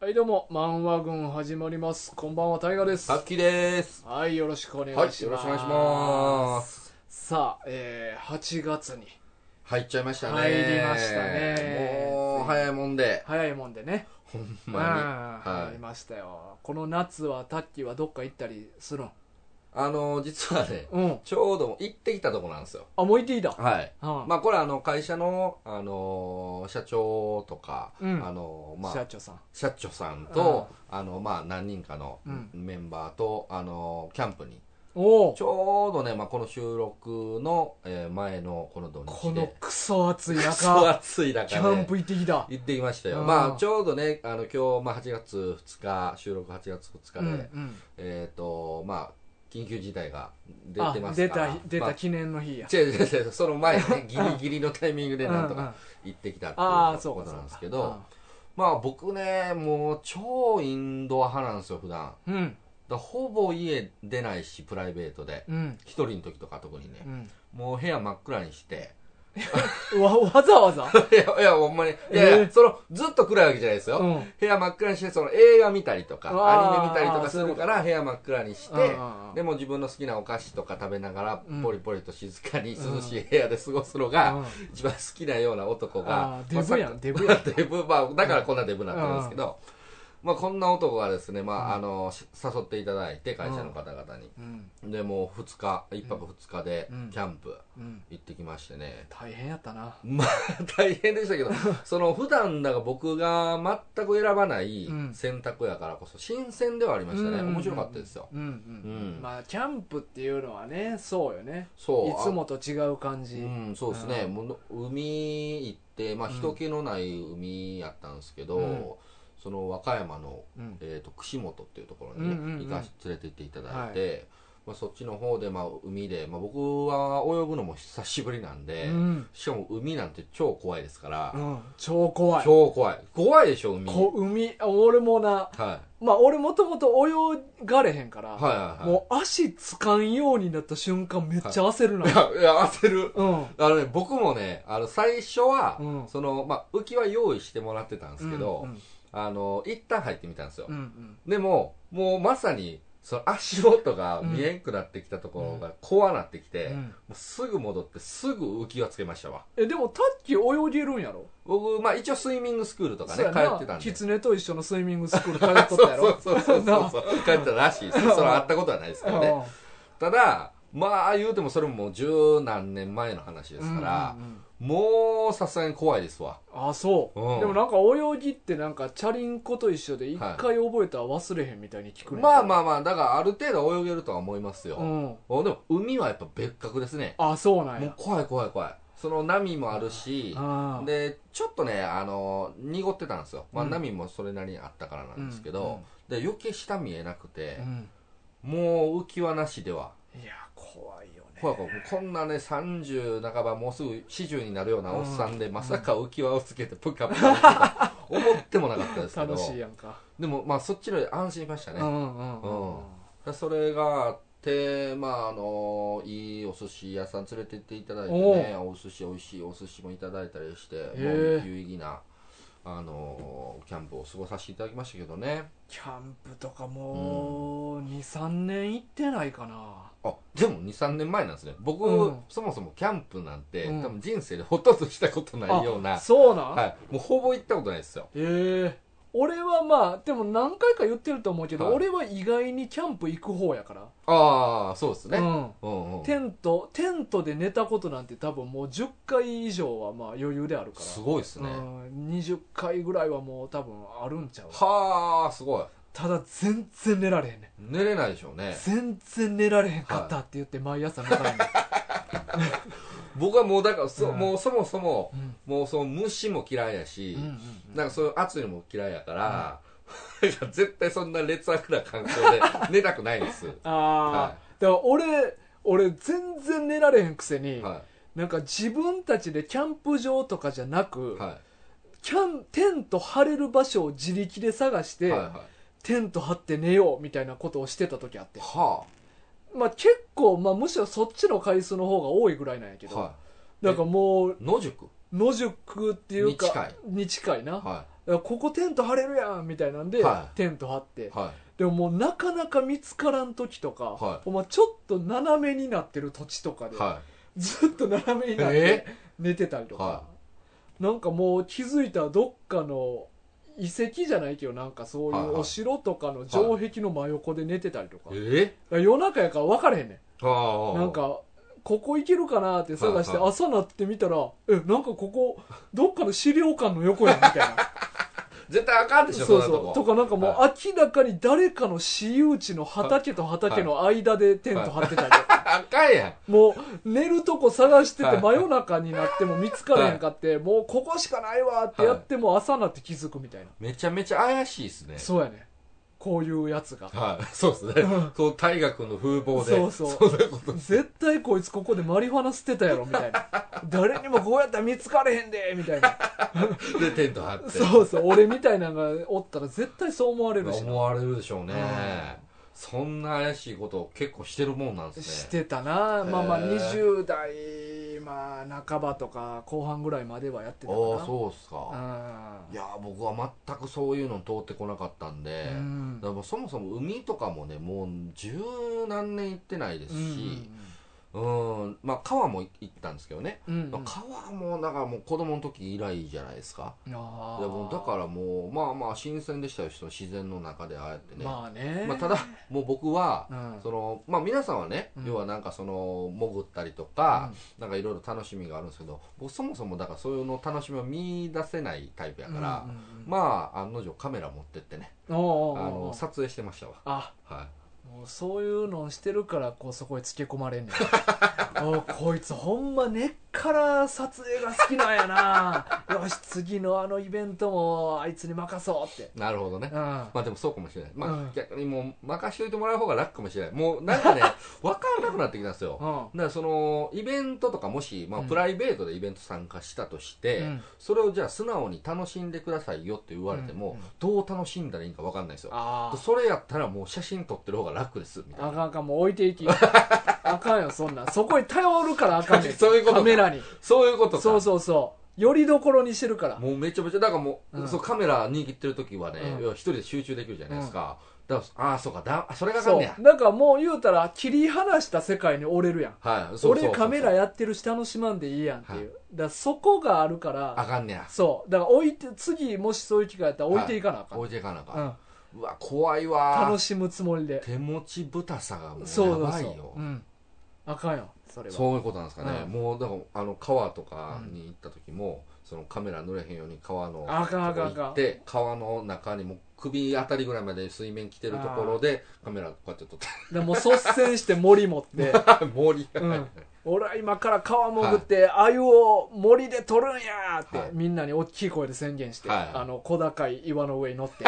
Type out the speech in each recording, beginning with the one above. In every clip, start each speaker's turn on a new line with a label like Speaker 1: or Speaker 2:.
Speaker 1: はいどうも漫画軍始まりますこんばんは大河です
Speaker 2: さっきです。
Speaker 1: はいよろしくお願いし
Speaker 2: はい
Speaker 1: ます、、
Speaker 2: よろしくお願いします。
Speaker 1: さあ、えー、8月に
Speaker 2: 入っちゃいましたね。
Speaker 1: 入りましたね
Speaker 2: もう早いもんで、
Speaker 1: 早いもんでね
Speaker 2: ほん
Speaker 1: うん
Speaker 2: まに。
Speaker 1: 入
Speaker 2: は
Speaker 1: り
Speaker 2: い。
Speaker 1: ましたよこの夏はタッキーはどっか行ったりするん
Speaker 2: あの、実はね、
Speaker 1: うん
Speaker 2: ちょうど行ってきたとこなんですよ。
Speaker 1: あもう行っていいだ
Speaker 2: はい。
Speaker 1: うん
Speaker 2: まあこれあの会社の、あの社長とか、
Speaker 1: うん
Speaker 2: あのま
Speaker 1: 社
Speaker 2: あ
Speaker 1: 長さん
Speaker 2: 社長さんと、あのまあ何人かの
Speaker 1: うん
Speaker 2: メンバーと、あのキャンプに
Speaker 1: おお
Speaker 2: ちょうどね、まあ、この収録の、えー前のこの土
Speaker 1: こ
Speaker 2: 日
Speaker 1: の
Speaker 2: で
Speaker 1: クソ暑い
Speaker 2: クソ
Speaker 1: 中
Speaker 2: 暑い中で
Speaker 1: キャンプ行ってきた
Speaker 2: 行ってきましたよ、
Speaker 1: うん
Speaker 2: まあちょうどねあの今日、まあ、8月2日収録8月2日
Speaker 1: う
Speaker 2: で、
Speaker 1: んうん
Speaker 2: えっ、とまあ緊急事態が出
Speaker 1: あ
Speaker 2: てます
Speaker 1: 出
Speaker 2: から
Speaker 1: た出
Speaker 2: ま
Speaker 1: た
Speaker 2: あ
Speaker 1: 記念の日や
Speaker 2: 違う違う違うその前にねギリギリのタイミングでなんと
Speaker 1: うんうん
Speaker 2: か行ってきたっていう
Speaker 1: ああそう
Speaker 2: こ
Speaker 1: か
Speaker 2: と
Speaker 1: そうか
Speaker 2: なんですけどまあ僕ねもう超インドア派なんですよ普段だか
Speaker 1: うんうん
Speaker 2: らほぼ家出ないしプライベートで
Speaker 1: うん
Speaker 2: 一人の時とか特にね
Speaker 1: うん
Speaker 2: もう部屋真っ暗にして
Speaker 1: うわわざわざ
Speaker 2: いやいやほんまにいやいや、
Speaker 1: えー
Speaker 2: そのずっと暗いわけじゃないですよ、
Speaker 1: うん
Speaker 2: 部屋真っ暗にしてその映画見たりとか
Speaker 1: あー
Speaker 2: アニメ見たりとかするから部屋真っ暗にし
Speaker 1: うんうん
Speaker 2: て
Speaker 1: うん
Speaker 2: でも自分の好きなお菓子とか食べながら
Speaker 1: うん
Speaker 2: ポリポリと静かに涼しい部屋で過ごすのが
Speaker 1: うん
Speaker 2: 一番好きなような男が
Speaker 1: あーデブやん
Speaker 2: まあ
Speaker 1: デブやん
Speaker 2: デブまあだからこんなデブになってるんですけどまあこんな男がですねまああのし誘っていただいて会社の方々に
Speaker 1: うん
Speaker 2: でもう2日1泊2日で
Speaker 1: うん
Speaker 2: キャンプ
Speaker 1: うん
Speaker 2: 行ってきましてね
Speaker 1: 大変やったな
Speaker 2: まあ 大変でしたけどその普段だが僕が全く選ばない
Speaker 1: うん
Speaker 2: 選択やからこそ新鮮ではありましたね、
Speaker 1: うん
Speaker 2: 面白かったですよ
Speaker 1: うんうん
Speaker 2: うん
Speaker 1: まあキャンプっていうのはねそうよね
Speaker 2: そう
Speaker 1: い
Speaker 2: あ
Speaker 1: つもと違う感じ
Speaker 2: うんそうですね、
Speaker 1: う
Speaker 2: もうの海行って、まあ、
Speaker 1: うん
Speaker 2: 人気のない海やったんですけど、
Speaker 1: うん
Speaker 2: その和歌山の、
Speaker 1: うん
Speaker 2: えー、と串本っていうところにね、
Speaker 1: うんうんうん
Speaker 2: 行かし連れて行っていただいて、まあ、そっちの方で、まあ、海で、まあ、僕は泳ぐのも久しぶりなん
Speaker 1: う
Speaker 2: で、
Speaker 1: ん
Speaker 2: しかも海なんて超怖いですから、
Speaker 1: うん超怖い
Speaker 2: 超怖い怖いでしょ海
Speaker 1: こ海俺もな
Speaker 2: はい
Speaker 1: まあ俺もともと泳がれへんから、
Speaker 2: はいはいはい。
Speaker 1: もう足つかんようになった瞬間めっちゃ焦るな、
Speaker 2: いや、いや、焦る。
Speaker 1: うん
Speaker 2: あのね、僕もね、あの、最初は、
Speaker 1: うん
Speaker 2: その、まあ、浮きは用意してもらってたんですけど、
Speaker 1: うん
Speaker 2: あの、一旦入ってみたんですよ。
Speaker 1: うんうん
Speaker 2: でも、もうまさに、その足音が
Speaker 1: うん
Speaker 2: 見えんくなってきたところが怖なってきて、
Speaker 1: うん
Speaker 2: もうすぐ戻って、すぐ浮き輪つけましたわ。
Speaker 1: えでもタッキー泳げるんやろ
Speaker 2: 僕、まあ一応スイミングスクールとかね、
Speaker 1: そう
Speaker 2: 通
Speaker 1: やな
Speaker 2: ってたんで。
Speaker 1: キツネと一緒のスイミングスクール通っとったやろ
Speaker 2: そうそ うそうそうそう。帰ってたらしいです。それは会ったことはないですけどね。ただまあ言うてもそれももう十何年前の話ですから
Speaker 1: うん、うんうん
Speaker 2: もうさすがに怖いですわ
Speaker 1: あそう、
Speaker 2: うん
Speaker 1: でもなんか泳ぎってなんかチャリンコと一緒で一回覚えたら忘れへんみたいに聞くねんけど
Speaker 2: まあまあまあだからある程度泳げるとは思いますよ、
Speaker 1: うん
Speaker 2: おでも海はやっぱ別格ですね
Speaker 1: あそうなん
Speaker 2: もう
Speaker 1: や
Speaker 2: 怖い怖い怖いその波もあるし
Speaker 1: あー
Speaker 2: でちょっとねあの濁ってたんですよ、まあ、
Speaker 1: うん
Speaker 2: 波もそれなりにあったからなんですけど、で余計下見えなくて
Speaker 1: う、ん
Speaker 2: もう浮き輪なしではい
Speaker 1: や怖いよね
Speaker 2: 怖い怖いこんなね30半ばもうすぐ40になるようなおっさんで、まさか浮き輪をつけてプカプカ浮いてたと思ってもなかったですけど
Speaker 1: 楽しいやんか、
Speaker 2: でもまあそっちの安心しましたね、
Speaker 1: う
Speaker 2: だか
Speaker 1: んうんうん、うん
Speaker 2: らそれがあってまああのいいお寿司屋さん連れてっていただいてねお寿司美味しいお寿司もいただいたりしてもう
Speaker 1: へえ
Speaker 2: 有意義なあのキャンプを過ごさせていただきましたけどね
Speaker 1: キャンプとかもう23年行ってないかな
Speaker 2: あでも23年前なんですね僕、
Speaker 1: うん
Speaker 2: そもそもキャンプなんて、
Speaker 1: うん
Speaker 2: 多分人生でほとんどしたことないような
Speaker 1: そうなん、
Speaker 2: はい、もうほぼ行ったことないですよ
Speaker 1: ええ俺はまあでも何回か言ってると思うけど、
Speaker 2: はい
Speaker 1: 俺は意外にキャンプ行く方やから
Speaker 2: ああそうですね、
Speaker 1: うん
Speaker 2: うんうん
Speaker 1: テントテントで寝たことなんて多分もう10回以上はまあ余裕であるから
Speaker 2: すごいですね、
Speaker 1: うん、20回ぐらいはもう多分あるんちゃう
Speaker 2: はあすごい
Speaker 1: ただ全然寝られへんね
Speaker 2: 寝れないでしょうね
Speaker 1: ん全然寝られへんかったって言って毎朝迎えに、
Speaker 2: 僕はもうだからそ,、
Speaker 1: うん
Speaker 2: もうそもそも
Speaker 1: うん
Speaker 2: もうその虫も嫌いやし、
Speaker 1: うんうんうん
Speaker 2: なんかそういう暑いのも嫌いやから、なんか 絶対そんな劣悪な環境で 寝たくないです
Speaker 1: ああ、
Speaker 2: は
Speaker 1: だから俺俺全然寝られへんくせに、
Speaker 2: は
Speaker 1: なんか自分たちでキャンプ場とかじゃないく、
Speaker 2: は
Speaker 1: キャンテント張れる場所を自力で探し
Speaker 2: い
Speaker 1: て、
Speaker 2: はいは
Speaker 1: テント張って寝ようみたいなことをしてた時あって
Speaker 2: いは
Speaker 1: まあ結構、まあ、むしろそっちの回数の方が多いぐらいなんやけ
Speaker 2: あ
Speaker 1: ど、
Speaker 2: は
Speaker 1: なんかもう
Speaker 2: い野宿
Speaker 1: 野宿っていうか
Speaker 2: に近い
Speaker 1: に近いな、
Speaker 2: は
Speaker 1: やここテント張れるやんみたいなんで、
Speaker 2: はい
Speaker 1: テント張って
Speaker 2: は
Speaker 1: でももうなかなか見つからん時とか、
Speaker 2: はい
Speaker 1: ほんまちょっと斜めになってる土地とか
Speaker 2: い
Speaker 1: で、
Speaker 2: は
Speaker 1: ずっと斜めになって寝てたりとか、
Speaker 2: は
Speaker 1: なんかもう気づいたらどっかの遺跡じゃないけどなんかそうい
Speaker 2: はいはいう
Speaker 1: お城とかの城壁の真横で寝てたりとか,、
Speaker 2: いえ
Speaker 1: 夜中やから分からへんね
Speaker 2: あ
Speaker 1: ん
Speaker 2: あ
Speaker 1: なんかここ行けるかなって探して、
Speaker 2: はいはい
Speaker 1: 朝なってみたらえなんかここどっかの資料館の横やんみたいな
Speaker 2: 絶対あ かんでしょ
Speaker 1: そう
Speaker 2: そんなと
Speaker 1: そ
Speaker 2: こ
Speaker 1: うとかなんかもう明らかに誰かの私有地の畑と畑の間でテント張ってたりとか、
Speaker 2: あかんやん
Speaker 1: もう寝るとこ探して
Speaker 2: は
Speaker 1: て
Speaker 2: い
Speaker 1: 真夜中になっても見つからへんかって、もうここしかないわってやっても朝になって気づくみたいな、
Speaker 2: めちゃめちゃ怪しいですね
Speaker 1: そうやねこういうやつが
Speaker 2: はいそうですね
Speaker 1: うん
Speaker 2: その大河君の風貌で
Speaker 1: そうそう
Speaker 2: そういうこと
Speaker 1: 絶対こいつここでマリファナ捨てたやろみたいな誰にもこうやったら見つかれへんでみたいな
Speaker 2: でテント張って
Speaker 1: そうそう俺みたいなのがおったら絶対そう思われるしな
Speaker 2: 思われるでしょうね、
Speaker 1: うん
Speaker 2: そんな怪しいことを結構してるもんなんです
Speaker 1: し
Speaker 2: ね
Speaker 1: てたな、まあまあ
Speaker 2: へえ
Speaker 1: 20代まあ半ばとか後半ぐらいまではやってた
Speaker 2: あ
Speaker 1: か
Speaker 2: あ
Speaker 1: な
Speaker 2: そうっすか、
Speaker 1: う
Speaker 2: いやー僕は全くそういうの通ってこなかったんで、
Speaker 1: ん
Speaker 2: だからもうそもそも海とかもねもう十何年行ってないですし、うんまあ川も行ったんですけどね、
Speaker 1: うんうんうんうん
Speaker 2: 川もだからもう子供の時以来じゃないですか
Speaker 1: あ
Speaker 2: で
Speaker 1: ー
Speaker 2: もうだからもうまあまあ新鮮でしたよその自然の中でああやってね、
Speaker 1: まあね、
Speaker 2: まあ、ただもう僕は、
Speaker 1: うん
Speaker 2: そのまあ皆さんはね、
Speaker 1: うん
Speaker 2: 要はなんかその潜ったりとか、なんかいろいろ楽しみがあるんですけど僕そもそもだからそういうの楽しみを見出せないタイプやから、
Speaker 1: あ
Speaker 2: まあ案の定カメラ持ってってね、
Speaker 1: おうおう
Speaker 2: あ
Speaker 1: おう
Speaker 2: の撮影してましたわ
Speaker 1: あ
Speaker 2: は
Speaker 1: もうそういうのをしてるからこうそこへつけ込まれんねん おうこいつほんま根っから撮影が好きなんやな よし次のあのイベントもあいつに任そうって
Speaker 2: いなるほどね、
Speaker 1: うんあ
Speaker 2: まあでもそうかもしれないまあ、
Speaker 1: うん
Speaker 2: 逆にもう任しといてもらう方が楽かもしれないもうな んかね分からなくなってきたんですよ、
Speaker 1: うん
Speaker 2: だからそのイベントとかもし、まあ、
Speaker 1: うん
Speaker 2: プライベートでイベント参加したとして、
Speaker 1: うん
Speaker 2: それをじゃあ素直に楽しんでくださいよって言われても、
Speaker 1: うんうん
Speaker 2: どう楽しんだらいいんか分かんないですよ
Speaker 1: あ
Speaker 2: それやったらもう写真撮ってる方が楽ですみた
Speaker 1: あか
Speaker 2: い
Speaker 1: ん
Speaker 2: な
Speaker 1: あかんもう置いてい きあかんよそんなんそこに頼るからあかんねん
Speaker 2: そういうことか
Speaker 1: カメラに
Speaker 2: そういうことか
Speaker 1: そうそうそうよりどころにしてるから
Speaker 2: もうめちゃめちゃだからもう,、
Speaker 1: うん
Speaker 2: そうカメラ握ってる時はね、
Speaker 1: うん
Speaker 2: 要は一人で集中できるじゃないですか、だからああそうかだそれがあかん
Speaker 1: そ
Speaker 2: ねや
Speaker 1: うだからもう言うたら切り離した世界に折れるやん
Speaker 2: はいそうそうそう
Speaker 1: 俺カメラやってるし楽しまんでいいやんっていう、
Speaker 2: はい
Speaker 1: だからそこがあるか
Speaker 2: あ
Speaker 1: ら
Speaker 2: かんねや
Speaker 1: そうだから置いて次もしそういう機会やったら置いていかなあかん、
Speaker 2: 置いていかなあかん、
Speaker 1: うん
Speaker 2: うわ怖いわ
Speaker 1: 楽しむつもりで
Speaker 2: 手持ちぶたさがもう
Speaker 1: そう
Speaker 2: や
Speaker 1: そう
Speaker 2: ばい
Speaker 1: そ
Speaker 2: よ
Speaker 1: う、うん、あかんよそれは
Speaker 2: そういうことなんですかね、
Speaker 1: うん
Speaker 2: もうだからあの川とかに行った時も、そのカメラ濡れへんように川の
Speaker 1: あかんあ
Speaker 2: と
Speaker 1: かんあ
Speaker 2: こ
Speaker 1: かん
Speaker 2: 行って川の中にもう首あたりぐらいまで水面来てるところでカメラこうやって撮って
Speaker 1: でもう率先して森持 って、
Speaker 2: 森が、
Speaker 1: うん、俺は今から川潜って鮎を森で取るんやーって、
Speaker 2: はい
Speaker 1: みんなに大きい声で宣言して、
Speaker 2: はい
Speaker 1: あの小高い岩の上に乗って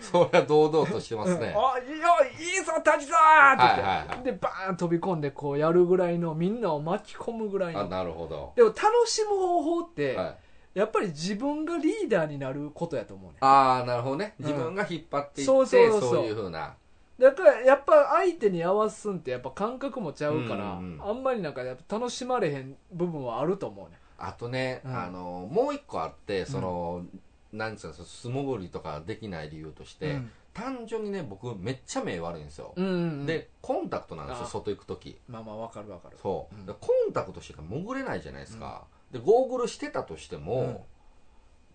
Speaker 2: そりゃ堂々としてますね、
Speaker 1: あいいよいいぞ立ちぞーって言って、
Speaker 2: はいはいは
Speaker 1: でバーン飛び込んでこうやるぐらいのみんなを巻き込むぐらい
Speaker 2: あ
Speaker 1: の
Speaker 2: なるほど、
Speaker 1: でも楽しむ方法って、
Speaker 2: はい、
Speaker 1: やっぱり自分がリーダーになることやと思うね
Speaker 2: ああなるほどね
Speaker 1: うん
Speaker 2: 自分が引っ張っていって、
Speaker 1: そうそうそうそう
Speaker 2: そういうふうな
Speaker 1: だからやっぱ相手に合わすんってやっぱ感覚もちゃうから、
Speaker 2: うんうんうん
Speaker 1: あんまりなんかやっぱ楽しまれへん部分はあると思うね
Speaker 2: あとね、
Speaker 1: うん
Speaker 2: あのもう一個あってその、なんですかその素潜りとかできない理由として、
Speaker 1: うん
Speaker 2: 単純にね僕めっちゃ目悪いんですよ、
Speaker 1: うんうんうん
Speaker 2: でコンタクトなんですよ
Speaker 1: あ
Speaker 2: 外行く時
Speaker 1: まあまあわかるわかる
Speaker 2: そう、
Speaker 1: うん
Speaker 2: だからコンタクトしか潜れないじゃないですか、でゴーグルしてたとしても、
Speaker 1: うん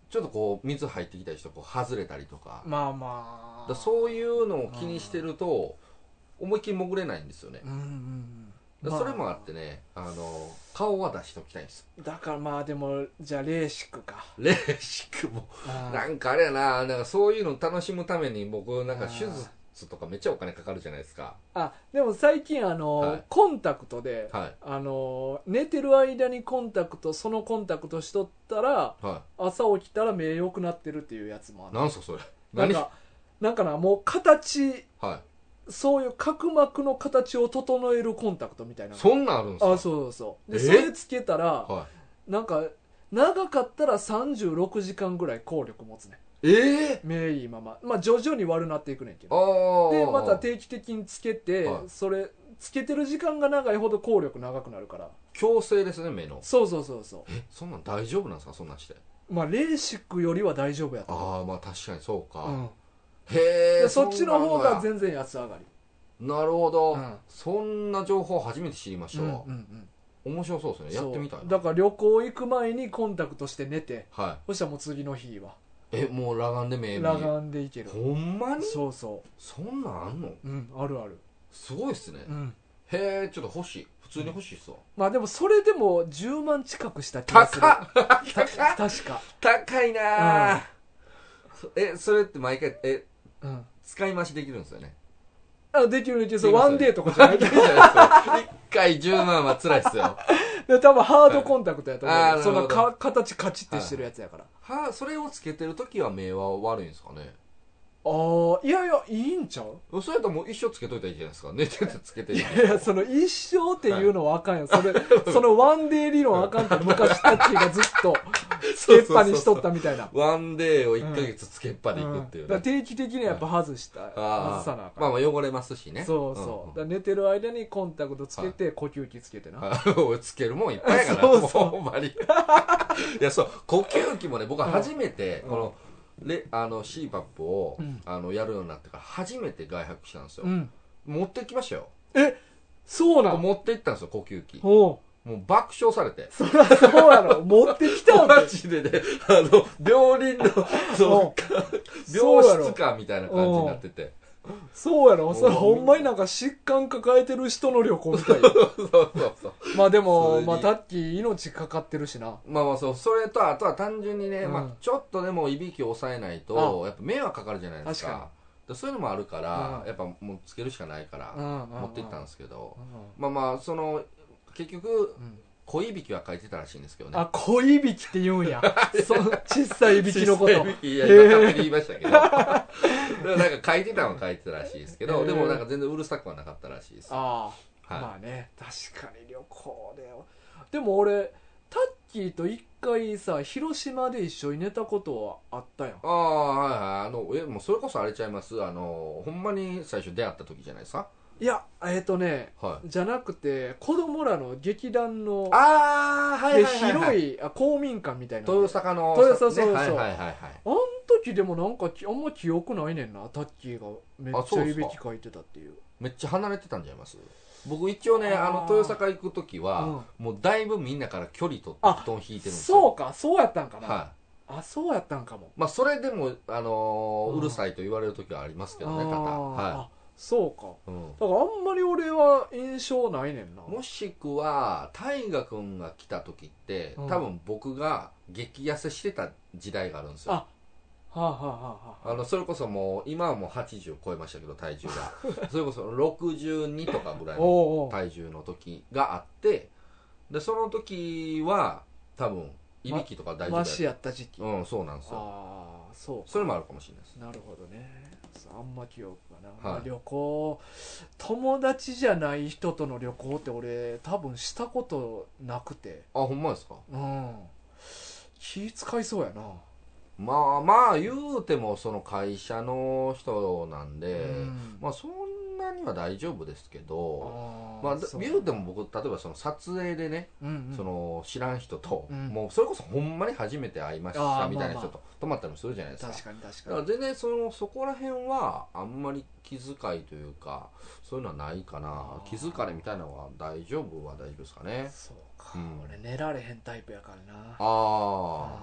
Speaker 2: ちょっとこう水入ってきたりしてこう外れたりとか,、
Speaker 1: まあまあ
Speaker 2: だからそういうのを気にしてると思いっきり潜れないんですよね、
Speaker 1: うんうんうん
Speaker 2: だからそれも
Speaker 1: ま
Speaker 2: あってねあの顔は出しておきたいんです
Speaker 1: だからまあでもじゃあレーシックか
Speaker 2: レーシックも
Speaker 1: あー
Speaker 2: なんかあれやななんかそういうの楽しむために僕なんか
Speaker 1: あ
Speaker 2: 手
Speaker 1: ー
Speaker 2: 術とかめっちゃお金かかるじゃないですか
Speaker 1: あでも最近あの、
Speaker 2: はい
Speaker 1: コンタクトで、
Speaker 2: は
Speaker 1: あの寝てる間にコンタクトそのコンタクトしとったら
Speaker 2: いは
Speaker 1: 朝起きたら目良くなってるっていうやつもあ
Speaker 2: い
Speaker 1: る
Speaker 2: なんすかそれ
Speaker 1: なん
Speaker 2: 何は
Speaker 1: かなんかなもう形
Speaker 2: い
Speaker 1: そういう角膜の形を整えるコンタクトみたいな
Speaker 2: そんなんあるんですか
Speaker 1: あそうそうそうで
Speaker 2: え
Speaker 1: それつけたら
Speaker 2: は
Speaker 1: なんか長かったら36時間ぐらい効力持つね
Speaker 2: いええ
Speaker 1: 目いいまままあ徐々に悪なっていくねんけど
Speaker 2: ああ
Speaker 1: でまた定期的につけて、
Speaker 2: はい
Speaker 1: それつけてる時間が長いほど効力長くなるから
Speaker 2: 強制ですね目の
Speaker 1: そうそうそうそ
Speaker 2: えそんなん大丈夫なんですかそんなんして
Speaker 1: うまあレーシックよりは大丈夫やったと
Speaker 2: ああまあ確かにそうか、
Speaker 1: うん
Speaker 2: へえ
Speaker 1: でそっちの方が全然安上がり
Speaker 2: なるほど、
Speaker 1: うん
Speaker 2: そんな情報初めて知りました
Speaker 1: うん
Speaker 2: わ、
Speaker 1: うん
Speaker 2: 面白そうですねやってみたい
Speaker 1: そう
Speaker 2: な
Speaker 1: だから旅行行く前にコンタクトして寝て
Speaker 2: は
Speaker 1: そしたらもう次の日はい
Speaker 2: えもう裸眼で目見
Speaker 1: 裸眼で行ける
Speaker 2: ほんまに
Speaker 1: そうそ
Speaker 2: そんなんあんの
Speaker 1: ううんあるある
Speaker 2: すごいっすね、
Speaker 1: うん
Speaker 2: へえちょっと欲しい普通に欲しいっすわ、
Speaker 1: まあでもそれでも10万近くした気がする
Speaker 2: 高っ
Speaker 1: た確か
Speaker 2: 高いなあそえそれって毎回え
Speaker 1: うん
Speaker 2: 使い増しできるんです よね
Speaker 1: あできるできるそう
Speaker 2: できます
Speaker 1: ワンデーとかじゃないけど
Speaker 2: 一回10万は辛いっすよ
Speaker 1: で多分ハードコンタクトやと思う、
Speaker 2: はいあー
Speaker 1: そ
Speaker 2: な
Speaker 1: の
Speaker 2: るほど
Speaker 1: か形カチッてしてるやつやから、
Speaker 2: はそれをつけてる時は目は悪いんですかね
Speaker 1: ああいやいやいいんちゃう
Speaker 2: それやったらもう一生つけといたらいいじゃないですか寝ててつけてい
Speaker 1: い
Speaker 2: い
Speaker 1: やいやその一生っていうのはあかんよ それそのワンデー理論あかんって昔タッチがずっとつけっぱにしとったみたいな
Speaker 2: ワンデーを1ヶ月つけっぱでいくっていううんね、
Speaker 1: だから定期的にはやっぱ外した、
Speaker 2: あ
Speaker 1: 外
Speaker 2: あ
Speaker 1: さなあかん、
Speaker 2: まあまあ汚れますしね
Speaker 1: そうそう、だから寝てる間にコンタクトつけて、呼吸器つけてな、
Speaker 2: あのつけるもんいっぱいやから
Speaker 1: そうそう
Speaker 2: もうほんまに いやそう呼吸器もね僕は初めて
Speaker 1: うん
Speaker 2: この、レあの CPAP を、
Speaker 1: うん
Speaker 2: あのやるようになってから初めて外泊したんですよ、
Speaker 1: うん
Speaker 2: 持ってきましたよ
Speaker 1: そうなの
Speaker 2: 持って行ったんですよ呼吸器
Speaker 1: おう
Speaker 2: もう爆笑されて
Speaker 1: そりゃそうやろ持ってきたんだ
Speaker 2: マ
Speaker 1: よ
Speaker 2: ジでねあの病人の
Speaker 1: お
Speaker 2: そう病
Speaker 1: そうやろ
Speaker 2: 室かみたいな感じになってて
Speaker 1: そうやろそれ
Speaker 2: おう
Speaker 1: ほんまになんか疾患抱えてる人の旅行み たいよ
Speaker 2: そうそうそう
Speaker 1: まあでも、
Speaker 2: 普通に
Speaker 1: まあ、タッキー命かかってるしな
Speaker 2: まあまあそうそれとあとは単純にね、
Speaker 1: うん
Speaker 2: まあ、ちょっとでもいびきを抑えないとやっぱ迷惑かかるじゃないですか
Speaker 1: 確か
Speaker 2: でそういうのもあるから、
Speaker 1: うん
Speaker 2: やっぱもうつけるしかないから、持
Speaker 1: 持
Speaker 2: って行った
Speaker 1: で、
Speaker 2: んですすけど
Speaker 1: う、ん
Speaker 2: まあまあその結局
Speaker 1: うん
Speaker 2: 小いびきは書いてたらしいんですけどね
Speaker 1: あ小いびきって言 うんやその小さいいびきのこと
Speaker 2: 小いびきいや
Speaker 1: へー
Speaker 2: 今勝手に言いましたけどでもなんか書いてたのは書いてたらしいですけど、
Speaker 1: へー
Speaker 2: でもなんか全然うるさくはなかったらしいです、はい、
Speaker 1: ああ、まあね確かに旅行ででも俺タッキーと一回さ広島で一緒に寝たことはあったやん
Speaker 2: ああはいはいあのえもうそれこそあれちゃいますあのほんまに最初出会った時じゃないですか
Speaker 1: いやえっ、とね
Speaker 2: はい
Speaker 1: じゃなくて子供らの劇団の
Speaker 2: ああはいはい
Speaker 1: で
Speaker 2: はい、はい、
Speaker 1: 広いあ公民館みたいなの
Speaker 2: 豊坂の
Speaker 1: 豊坂そうそう
Speaker 2: はいはいはいはい
Speaker 1: あん時でもなんかきあんま記憶ないねんなタッキーがめっ
Speaker 2: あ
Speaker 1: ち
Speaker 2: そ
Speaker 1: ゃ
Speaker 2: うで
Speaker 1: い
Speaker 2: すか
Speaker 1: びきかいてたっていう
Speaker 2: めっちゃ離れてたんじゃいます僕一応ねあの
Speaker 1: あー
Speaker 2: 豊坂行く時は、もうだいぶみんなから距離取って
Speaker 1: あ
Speaker 2: 布団引いてるんですよ
Speaker 1: そうかそうやったんかな、
Speaker 2: は
Speaker 1: あそうやったんかも
Speaker 2: いまあそれでも、あのー
Speaker 1: うん
Speaker 2: うるさいと言われる時はありますけどね
Speaker 1: あー
Speaker 2: 多々は
Speaker 1: あそうか
Speaker 2: い、うん
Speaker 1: だからあんまり俺は印象ないねんな
Speaker 2: もしくは大河君が来た時って
Speaker 1: うん
Speaker 2: 多分僕が激痩せしてた時代があるんですよ
Speaker 1: あはあ、はあはあ
Speaker 2: あ
Speaker 1: は
Speaker 2: のそれこそもう今はもう80超えましたけど体重 がそれこそ62とかぐら
Speaker 1: あ、
Speaker 2: い
Speaker 1: お
Speaker 2: の
Speaker 1: うおう
Speaker 2: 体重の時があってでその時は多分いびきとか大丈
Speaker 1: マ
Speaker 2: 夫
Speaker 1: シ
Speaker 2: や
Speaker 1: やった時期、あ
Speaker 2: うんそうなんですよ
Speaker 1: あそう
Speaker 2: それもあるかもしれないです
Speaker 1: なるほどねそうあんま記憶がな、
Speaker 2: い
Speaker 1: まあ旅行友達じゃない人との旅行って俺多分したことなくて
Speaker 2: あほんまですか
Speaker 1: うん気使いそうやな
Speaker 2: まあまあ言うてもその会社の人なんで、
Speaker 1: うん
Speaker 2: まあそんなには大丈夫ですけど
Speaker 1: あー
Speaker 2: まあ
Speaker 1: そう
Speaker 2: 言うても僕例えばその撮影でね、
Speaker 1: うんうん
Speaker 2: その知らん人と、
Speaker 1: うん
Speaker 2: もうそれこそほんまに初めて会いまし
Speaker 1: あ
Speaker 2: た
Speaker 1: ー
Speaker 2: みたいな
Speaker 1: まあ
Speaker 2: 人
Speaker 1: まあ
Speaker 2: と泊まったりもするじゃないですか
Speaker 1: 確かに確
Speaker 2: だか
Speaker 1: からに
Speaker 2: 全然そのそこら辺はあんまり気遣いというかそういうのはないかな
Speaker 1: あー
Speaker 2: 気疲れみたいなのは大丈夫は大丈夫ですかね
Speaker 1: そうか、
Speaker 2: うん
Speaker 1: 俺寝られへんタイプやからな
Speaker 2: あ
Speaker 1: あ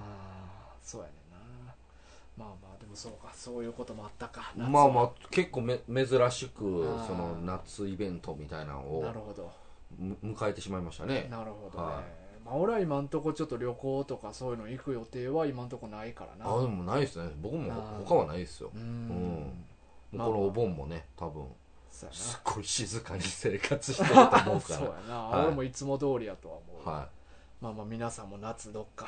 Speaker 1: ーそうやねんなまあまあでもそうかそういうこともあったか
Speaker 2: あまあま
Speaker 1: あ
Speaker 2: あ結構め珍しく
Speaker 1: あー
Speaker 2: その夏イベントみたいなの
Speaker 1: な
Speaker 2: を
Speaker 1: るほど
Speaker 2: む迎えてしまいましたね
Speaker 1: なるほどね、
Speaker 2: はい
Speaker 1: まあ俺は今んとこちょっと旅行とかそういうの行く予定は今んとこないからな
Speaker 2: あでもないですね僕も
Speaker 1: あー
Speaker 2: 他はないですよ
Speaker 1: うん
Speaker 2: うん
Speaker 1: うん
Speaker 2: もうこのお盆もね多分
Speaker 1: そうや
Speaker 2: すっごい静かに生活してると
Speaker 1: な
Speaker 2: 思う か
Speaker 1: そうや
Speaker 2: ら
Speaker 1: な、
Speaker 2: はい
Speaker 1: 俺もいつも通りやとは思う、
Speaker 2: はい
Speaker 1: まあまあ皆さんも夏どっか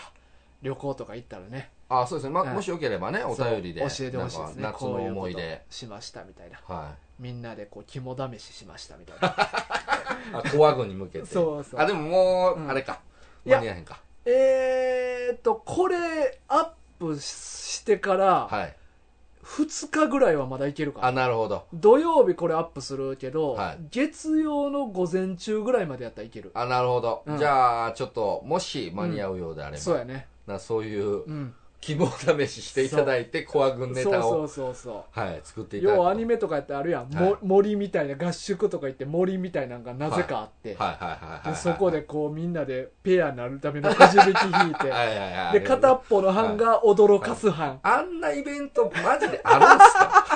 Speaker 1: 旅行とか行ったらね
Speaker 2: あーそうですねま
Speaker 1: は
Speaker 2: あ
Speaker 1: い
Speaker 2: もしよければねお便りで
Speaker 1: そう教えてほしいですね
Speaker 2: なんか夏の思い
Speaker 1: こういう
Speaker 2: 出
Speaker 1: ことしましたみたいな
Speaker 2: はい
Speaker 1: みんなでこう肝試ししましたみたい な
Speaker 2: あコア軍に向けて
Speaker 1: そうそう
Speaker 2: あでももう、
Speaker 1: うん
Speaker 2: あれか
Speaker 1: いや
Speaker 2: 間に合わへんか
Speaker 1: えーっとこれアップしてから、
Speaker 2: はい
Speaker 1: 2日ぐらいはまだいけるか
Speaker 2: あ
Speaker 1: ら
Speaker 2: なるほど
Speaker 1: 土曜日これアップするけど、
Speaker 2: はい
Speaker 1: 月曜の午前中ぐらいまでやったらいける
Speaker 2: あなるほど、
Speaker 1: うん
Speaker 2: じゃあちょっともし間に合うようであれば、
Speaker 1: そうやね
Speaker 2: なそういう
Speaker 1: うん
Speaker 2: 肝試ししていただいてコア軍ネタ
Speaker 1: そ
Speaker 2: を
Speaker 1: うそうそうそう
Speaker 2: はい作っていただく
Speaker 1: 要
Speaker 2: と
Speaker 1: はアニメとかやってあるやん、も
Speaker 2: はい
Speaker 1: 森みたいな合宿とか行って森みたいなのがなぜかあって、
Speaker 2: はいはいはいはいはい
Speaker 1: でそこでこうみんなでペアになるためのくじ引き引いて
Speaker 2: はいはいはい
Speaker 1: で片っぽの班が驚かす班、
Speaker 2: あんなイベントマジであるん すか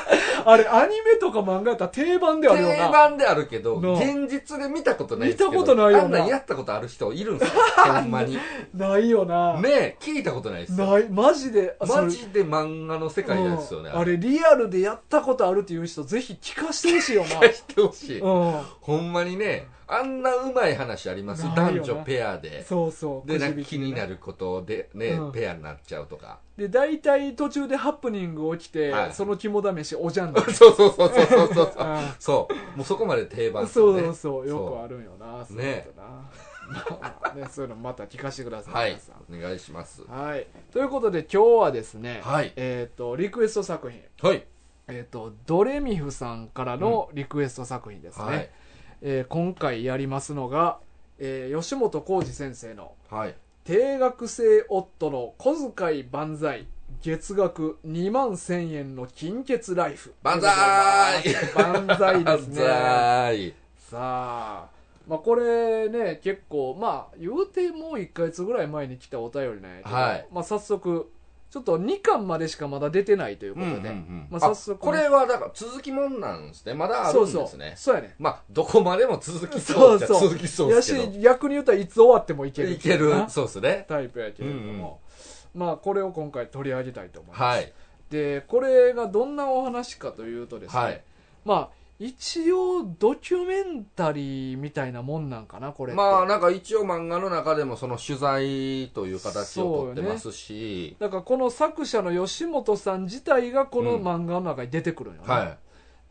Speaker 1: あれアニメとか漫画やったら定番であるよ
Speaker 2: 定
Speaker 1: な
Speaker 2: 番であるけど
Speaker 1: なあ
Speaker 2: 現実で見たことないですけど
Speaker 1: 見たことないよな
Speaker 2: あんなんやったことある人いるん すかほんまにね
Speaker 1: ないよな、
Speaker 2: え聞いたことないですよ
Speaker 1: ないマジであそれ
Speaker 2: マジで漫画の世界なんですよね
Speaker 1: うんあれリアルでやったことあるっていう人ぜひ聞かしてほしいよ な
Speaker 2: 返してほしい
Speaker 1: うん
Speaker 2: ほんまにねあんなうまい話あります
Speaker 1: ないよな
Speaker 2: 男女ペアで
Speaker 1: そうそう
Speaker 2: で
Speaker 1: くじ
Speaker 2: なん
Speaker 1: 引
Speaker 2: か
Speaker 1: き
Speaker 2: 気になることでね
Speaker 1: うん
Speaker 2: ペアになっちゃうとか
Speaker 1: で大体途中でハプニング起きて、
Speaker 2: はい
Speaker 1: その肝試しおじゃんなる
Speaker 2: そうそうそうそうそうそ
Speaker 1: う
Speaker 2: うそうんそうもうそこまで定番です
Speaker 1: そ
Speaker 2: よ
Speaker 1: う
Speaker 2: ね
Speaker 1: そうそうよ
Speaker 2: そう
Speaker 1: くあるんよなそういう
Speaker 2: ね
Speaker 1: ことな、 まあまあねそういうのまた聞かせてください、
Speaker 2: はい
Speaker 1: 皆さ
Speaker 2: お願いします
Speaker 1: んはいということで今日はですね、
Speaker 2: はい
Speaker 1: えっ、とリクエスト作品
Speaker 2: はい
Speaker 1: えっ、とドレミフさんからのリクエスト作品ですね、
Speaker 2: はい
Speaker 1: えー今回やりますのが、えー吉本浩二先生の
Speaker 2: はい
Speaker 1: 「定額制夫の小遣い万歳」月額2万1000円の金欠ライフ
Speaker 2: 万歳
Speaker 1: 万歳です
Speaker 2: 万
Speaker 1: ね
Speaker 2: 歳
Speaker 1: さあ、まあ、これね結構まあ言うてもう1か月ぐらい前に来たお便りね、
Speaker 2: はい
Speaker 1: まあ、早速ちょっと2巻までしかまだ出てないという
Speaker 2: う
Speaker 1: こ
Speaker 2: んう
Speaker 1: と
Speaker 2: ん
Speaker 1: で、
Speaker 2: うん
Speaker 1: まあ
Speaker 2: あ
Speaker 1: 早速
Speaker 2: これはだから続きもんなんですねまだある
Speaker 1: そ
Speaker 2: ん
Speaker 1: うそ
Speaker 2: で
Speaker 1: う
Speaker 2: すね
Speaker 1: そうやね
Speaker 2: まあどこまでも続きそうじゃ
Speaker 1: そうそう
Speaker 2: 続きそうですけ
Speaker 1: や
Speaker 2: ど
Speaker 1: し逆に言うたらいつ終わってもいける
Speaker 2: いける
Speaker 1: な
Speaker 2: そうですね
Speaker 1: タイプやけれども、まあこれを今回取り上げたいと思います、
Speaker 2: はい
Speaker 1: でこれがどんなお話かというとですね、
Speaker 2: はい
Speaker 1: まあ一応ドキュメンタリーみたいなもんなんかなこれって
Speaker 2: まあなんか一応漫画の中でもその取材という形をとってますし、
Speaker 1: だからこの作者の吉本さん自体がこの漫画の中に出てくるんよね、
Speaker 2: は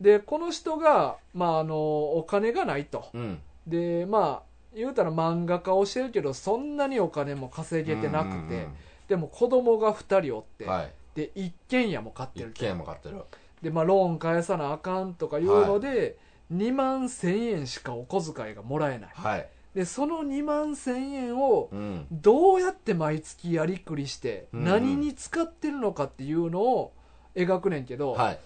Speaker 1: でこの人が、まあ、あのお金がないと
Speaker 2: い、うん、
Speaker 1: でまあ言うたら漫画家をしてるけどそんなにお金も稼げてなくて、
Speaker 2: うん
Speaker 1: でも子供が2人おって、
Speaker 2: うんはい、
Speaker 1: で一軒家も買って
Speaker 2: 一
Speaker 1: ると
Speaker 2: 軒家も買ってる
Speaker 1: で、まあ、ローン返さなあかんとかいうので、2万1000円しかお小遣いがもらえない
Speaker 2: はい、
Speaker 1: でその2万1000円を
Speaker 2: うん、
Speaker 1: どうやって毎月やりくりして
Speaker 2: うん
Speaker 1: 何に使ってるのかっていうのを描くねんけど、
Speaker 2: はい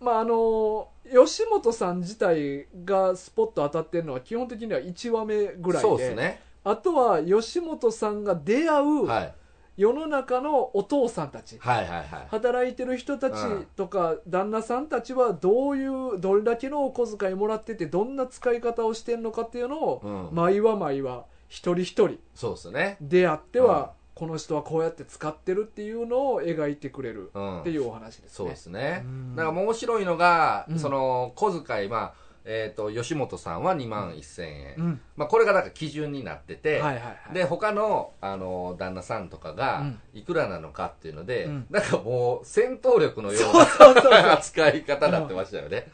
Speaker 1: まああの吉本さん自体がスポット当たってるのは基本的には1話目ぐらいで
Speaker 2: そうですね
Speaker 1: あとは吉本さんが出会う
Speaker 2: はい
Speaker 1: 世の中のお父さんたち、
Speaker 2: はいはいはい
Speaker 1: 働いてる人たち
Speaker 2: うん
Speaker 1: とか旦那さんたちはどういうどれだけのお小遣いもらっててどんな使い方をしてるのかっていうのを
Speaker 2: うん
Speaker 1: 毎話毎話一人一人
Speaker 2: そうですね
Speaker 1: 出会っては、
Speaker 2: うん
Speaker 1: この人はこうやって使ってるっていうのを描いてくれる
Speaker 2: うん
Speaker 1: っていうお話です
Speaker 2: そう
Speaker 1: ね
Speaker 2: で、すね
Speaker 1: うん
Speaker 2: だから面白いのが、
Speaker 1: うん
Speaker 2: その小遣いまあえー、と吉本さんは2万1000円、
Speaker 1: うん
Speaker 2: まあ、これがだから基準になって
Speaker 1: は
Speaker 2: て、
Speaker 1: いはいはい
Speaker 2: で他のあの旦那さんとか
Speaker 1: う
Speaker 2: が
Speaker 1: ん
Speaker 2: いくらなのかっていうので、
Speaker 1: うん
Speaker 2: なんかもう戦闘力のよ
Speaker 1: そうそうそう
Speaker 2: う
Speaker 1: そう
Speaker 2: な扱い方になってましたよね。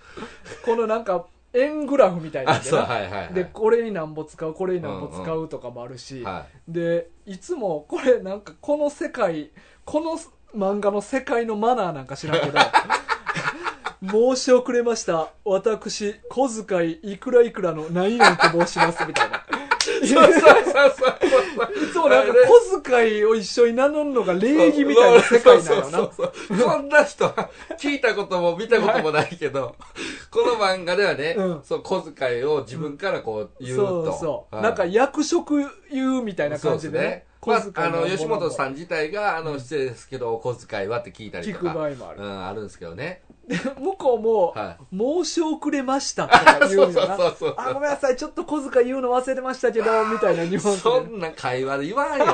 Speaker 1: このなんか円グラフみたいな
Speaker 2: あ
Speaker 1: んで
Speaker 2: そう
Speaker 1: な
Speaker 2: はいはいはい。
Speaker 1: でこれになんぼ使うこれになんぼ使うとかもあるし、
Speaker 2: はい
Speaker 1: でいつもこれなんかこの世界この漫画の世界のマナーなんか知らんけ ど申し遅れました私小遣いいくらいくらの何々と申しますみたいな
Speaker 2: そうそうそうそうそう。
Speaker 1: いつもなんか
Speaker 2: あれ
Speaker 1: 小遣いを一緒に名乗るのが礼儀みたいな世界なの
Speaker 2: そ
Speaker 1: な
Speaker 2: うそうそうそう。そんな人は聞いたことも見たこともないけど、この漫画ではね、
Speaker 1: うん
Speaker 2: そう小遣いを自分からこう言うと。
Speaker 1: そうそう、
Speaker 2: はい
Speaker 1: なんか役職言うみたいな
Speaker 2: そう
Speaker 1: 感
Speaker 2: で
Speaker 1: じ
Speaker 2: す
Speaker 1: でね
Speaker 2: ね。まあ、あの、
Speaker 1: の
Speaker 2: 吉本さ
Speaker 1: ん
Speaker 2: ん自体が、あ
Speaker 1: う
Speaker 2: の、
Speaker 1: ん
Speaker 2: 失礼ですけど、お小遣いはって聞いたり
Speaker 1: 聞
Speaker 2: と
Speaker 1: く
Speaker 2: か。
Speaker 1: 場合もある
Speaker 2: う、ん、あるんですけどね。
Speaker 1: で向こうも、
Speaker 2: は
Speaker 1: 申し遅れました」とか言
Speaker 2: そう
Speaker 1: よ
Speaker 2: うそう
Speaker 1: な
Speaker 2: そうそう。
Speaker 1: あごめんなさいちょっと小遣い言うの忘れてましたけどみたいなニュアンス
Speaker 2: そ
Speaker 1: で
Speaker 2: んな会話で言わんよ。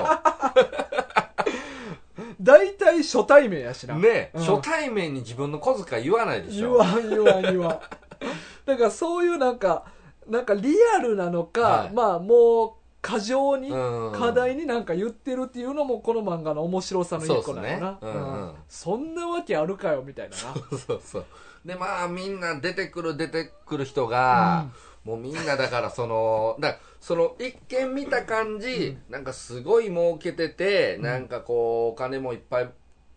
Speaker 1: 大体初対面やしな、
Speaker 2: ね、
Speaker 1: うん
Speaker 2: 初対面に自分の小遣い言わないでし
Speaker 1: 言
Speaker 2: ょ。
Speaker 1: わん言わん言わんだからそういうなんかなんかリアルなのか、
Speaker 2: はい
Speaker 1: まあもう過剰に、
Speaker 2: うん
Speaker 1: 課題になんか言ってるっていうのもこの漫画の面白さの一個なのな
Speaker 2: そうっすねうんうん
Speaker 1: そんなわけあるかよみたいなな
Speaker 2: そうそう。で、まあ、みんな出てくる出てくる人が、もうみんなだからその、だからその一見見た感じ、なんかすごい儲けてて、なんかこう、お金もいっぱい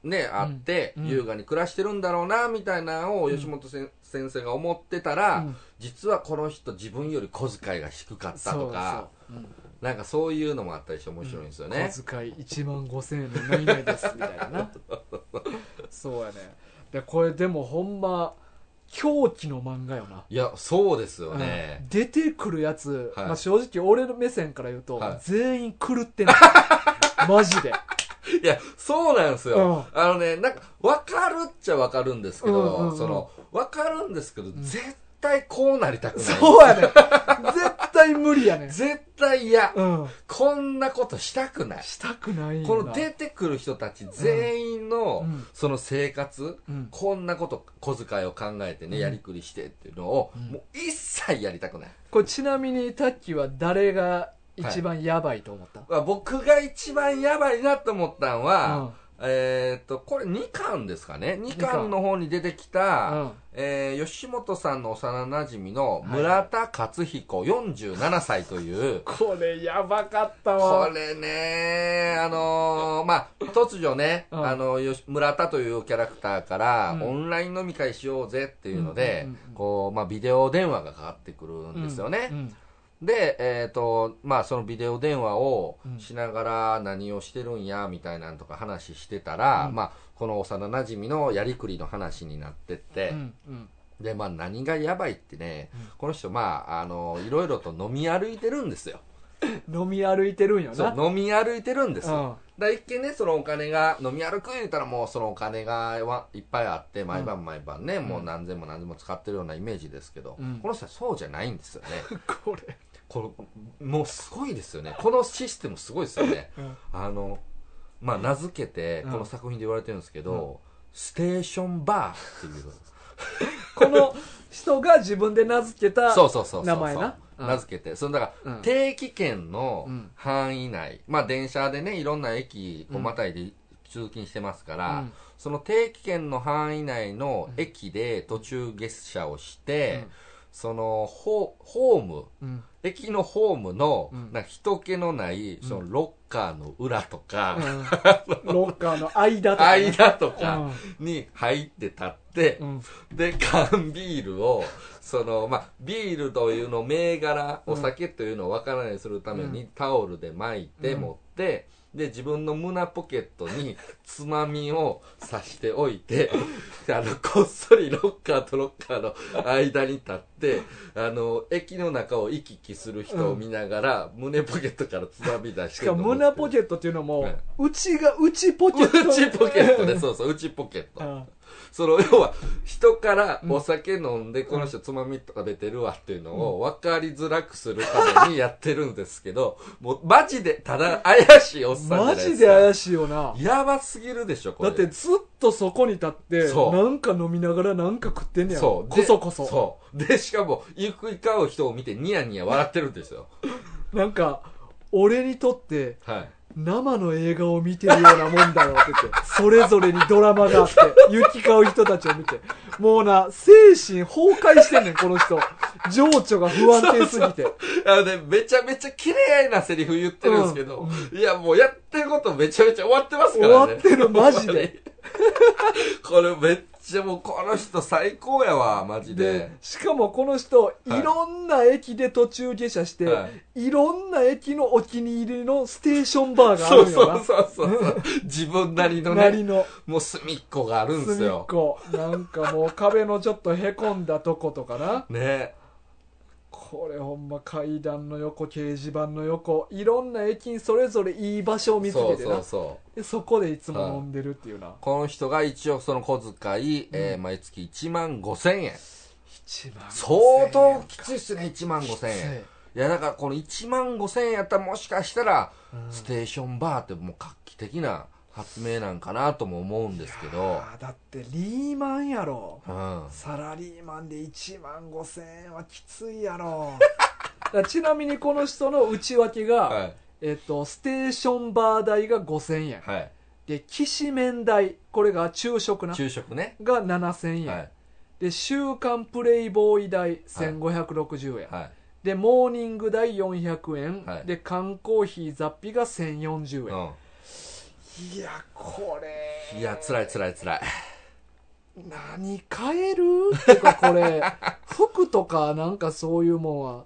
Speaker 2: ね、あって、
Speaker 1: うん
Speaker 2: 優雅に暮らしてるんだろうな、みたいなのを吉本せん先生が思ってたら、
Speaker 1: うん
Speaker 2: 実はこの人自分より小遣いが低かったとか、
Speaker 1: そうそう、うん
Speaker 2: なんかそういうのもあったりして面白いんですよね。
Speaker 1: 小遣い1万5000円の何々ですみたい なそうやねでこれでもほんま狂気の漫画よな、
Speaker 2: いや、そうですよね
Speaker 1: う。ん出てくるやつ、
Speaker 2: はい
Speaker 1: まあ、正直俺の目線から言うと、
Speaker 2: はい
Speaker 1: 全員狂ってない マジで
Speaker 2: いや、そうなんですよ。
Speaker 1: う
Speaker 2: あのね、なんか、わかるっちゃわかるんですけど、
Speaker 1: うんうんうん
Speaker 2: その、わかるんですけど、絶対こうなりたくない。
Speaker 1: そうやね絶対無理や ね
Speaker 2: 絶対嫌。
Speaker 1: うん
Speaker 2: こんなことしたくない。
Speaker 1: したくないよな
Speaker 2: この出てくる人たち全員
Speaker 1: う
Speaker 2: の
Speaker 1: んうん、
Speaker 2: その生活、
Speaker 1: うん
Speaker 2: こんなこと、小遣いを考えてね、
Speaker 1: うん
Speaker 2: やりくりしてっていうのを、
Speaker 1: うん
Speaker 2: もう一切やりたくない。
Speaker 1: これちなみにタッキーは誰が一番やばいと思った、
Speaker 2: まあ僕が一番やばいなと思ったん
Speaker 1: うん
Speaker 2: は、えーっと、これ2巻ですかね。2巻の方に出てきた、
Speaker 1: うん
Speaker 2: えー吉本さんの幼なじみの村田勝彦47歳という、
Speaker 1: これやばかったわ
Speaker 2: これね、あのーまあ、突如ね、
Speaker 1: うん
Speaker 2: あの、よし村田というキャラクターから、
Speaker 1: うん
Speaker 2: オンライン飲み会しようぜっていうので、
Speaker 1: うんうんうんうん
Speaker 2: こう、まあ、ビデオ電話がかかってくるんですよね。
Speaker 1: うん
Speaker 2: で、えっ、と、まあ、そのビデオ電話を
Speaker 1: うん
Speaker 2: しながら何をしてるんや、みたいなのとか話してたら、
Speaker 1: うん
Speaker 2: まあ、この幼馴染みのやりくりの話になってって、
Speaker 1: うんうん
Speaker 2: で、まあ、何がやばいってね、
Speaker 1: うん
Speaker 2: この人、まあ、あの、いろいろと飲み歩いてるんですよ。
Speaker 1: 飲み歩いてるんよな
Speaker 2: そう、飲み歩いてるんですよ。
Speaker 1: うん
Speaker 2: だから一見ね、そのお金が、飲み歩く言うたらもうそのお金がわいっぱいあって、毎晩毎晩ね、もう何千も何千も使ってるようなイメージですけど、
Speaker 1: うん
Speaker 2: この人はそうじゃないんですよね。
Speaker 1: これ、
Speaker 2: これ、もうすごいですよね。このシステムすごいですよね。あの、まあ、名付けて、
Speaker 1: うん
Speaker 2: この作品で言われてるんですけど、ステーションバーっていう。
Speaker 1: この人が自分で名付けた
Speaker 2: そうそうそうそう。
Speaker 1: 名前なうん
Speaker 2: 名付けて。そのだから、
Speaker 1: うん
Speaker 2: 定期券の
Speaker 1: うん
Speaker 2: 範囲内、まあ電車でね、いろんな駅、
Speaker 1: うん
Speaker 2: こうまたいで通勤してますから、
Speaker 1: うん
Speaker 2: その定期券の範囲内の駅で途中下車をして、
Speaker 1: うん
Speaker 2: そのホ、ホーム、
Speaker 1: うん
Speaker 2: 駅のホームの、
Speaker 1: うん
Speaker 2: なんか人気のない、そのロッカーの裏とか、
Speaker 1: うんロッカーの間とかね、
Speaker 2: 間とかに入って立って、
Speaker 1: うん
Speaker 2: で、 缶ビールを、その、まあ、ビールというの、銘柄、
Speaker 1: うん
Speaker 2: お酒というのを分からないようにするため
Speaker 1: う
Speaker 2: にタオルで巻いて
Speaker 1: うん
Speaker 2: 持って、で、自分の胸ポケットにつまみを刺しておい て、であの、こっそりロッカーとロッカーの間に立って、あの、駅の中を行き来する人を見ながら、胸ポケットからつまみ出し
Speaker 1: して
Speaker 2: る
Speaker 1: か
Speaker 2: の
Speaker 1: も
Speaker 2: を持って
Speaker 1: 胸ポケットっていうのも、
Speaker 2: うん
Speaker 1: 内が内ポケット
Speaker 2: 内ポケットで、
Speaker 1: す、
Speaker 2: そうそう、内ポケット
Speaker 1: う。ん
Speaker 2: その 要は人からお酒飲んでこの人つまみ食べてるわっていうのを分かりづらくするためにやってるんですけど、 もうマジでただ怪しいおっさんじゃな
Speaker 1: マ
Speaker 2: いですか。
Speaker 1: ジで怪しいよな
Speaker 2: やばすぎるでしょ、こ
Speaker 1: だ
Speaker 2: れ。
Speaker 1: ってずっとそこに立って
Speaker 2: そう
Speaker 1: なんか飲みながらなんか食ってんねやろ
Speaker 2: そう。
Speaker 1: こ
Speaker 2: で
Speaker 1: そこそ
Speaker 2: そう。で、しかも、行く交う人を見てニヤニヤ笑ってるんですよ。
Speaker 1: なんか俺にとって
Speaker 2: はい。
Speaker 1: 生の映画を見てるようなもんだよって言って、それぞれにドラマが あって、行き交う人たちを見て、もうな、精神崩壊してんねん、この人。情緒が不安定すぎて。
Speaker 2: あのね、めちゃめちゃ綺麗なセリフ言ってるんですけど、いや、もうやってることめちゃめちゃ終わってますからね。
Speaker 1: 終わってるマジで。
Speaker 2: これめっちゃもう、この人最高やわ、マジで
Speaker 1: で、しかもこの人、
Speaker 2: はい
Speaker 1: いろんな駅で途中下車して、、
Speaker 2: はい
Speaker 1: ろんな駅のお気に入りのステーションバーがあ
Speaker 2: そ
Speaker 1: る
Speaker 2: うんそ
Speaker 1: よ
Speaker 2: う
Speaker 1: な。
Speaker 2: そうそうそう。 自分なりの
Speaker 1: なり
Speaker 2: ね、
Speaker 1: の
Speaker 2: もう隅っこがあるんです
Speaker 1: 隅っ
Speaker 2: よ。
Speaker 1: こ。なんかもう壁のちょっとへこんだとことかな。
Speaker 2: ね。
Speaker 1: これほんま階段の横掲示板の横いろんな駅にそれぞれいい場所を見つけて
Speaker 2: そ
Speaker 1: な
Speaker 2: うそうそう。
Speaker 1: でそこでいつも飲んでるっていうな、
Speaker 2: この人が一応その小遣い、えー毎月1万5千円。
Speaker 1: 1万
Speaker 2: 相当きついっすね、1万5千円。いや、だからこの1万5千円やったらもしかしたら、ステーションバーってもう画期的な発明なんかなとも思うんですけど、
Speaker 1: あだってリーマンやろ
Speaker 2: うん。
Speaker 1: サラリーマンで1万5000円はきついや ろだからちなみにこの人の内訳が、
Speaker 2: はい。
Speaker 1: えっと、ステーションバー代が5000円、
Speaker 2: はい。
Speaker 1: できしめん代これが昼食な
Speaker 2: 昼食ね。
Speaker 1: が7000円、
Speaker 2: はい。
Speaker 1: で週刊プレイボーイ代1560円、
Speaker 2: はい。
Speaker 1: でモーニング代400円、
Speaker 2: はい
Speaker 1: で缶コーヒー雑費が1040
Speaker 2: う
Speaker 1: 円、い
Speaker 2: ん。
Speaker 1: いやこれ
Speaker 2: いや辛い辛い辛い
Speaker 1: 何買えるとかこ れ服とかなんかそういうもんは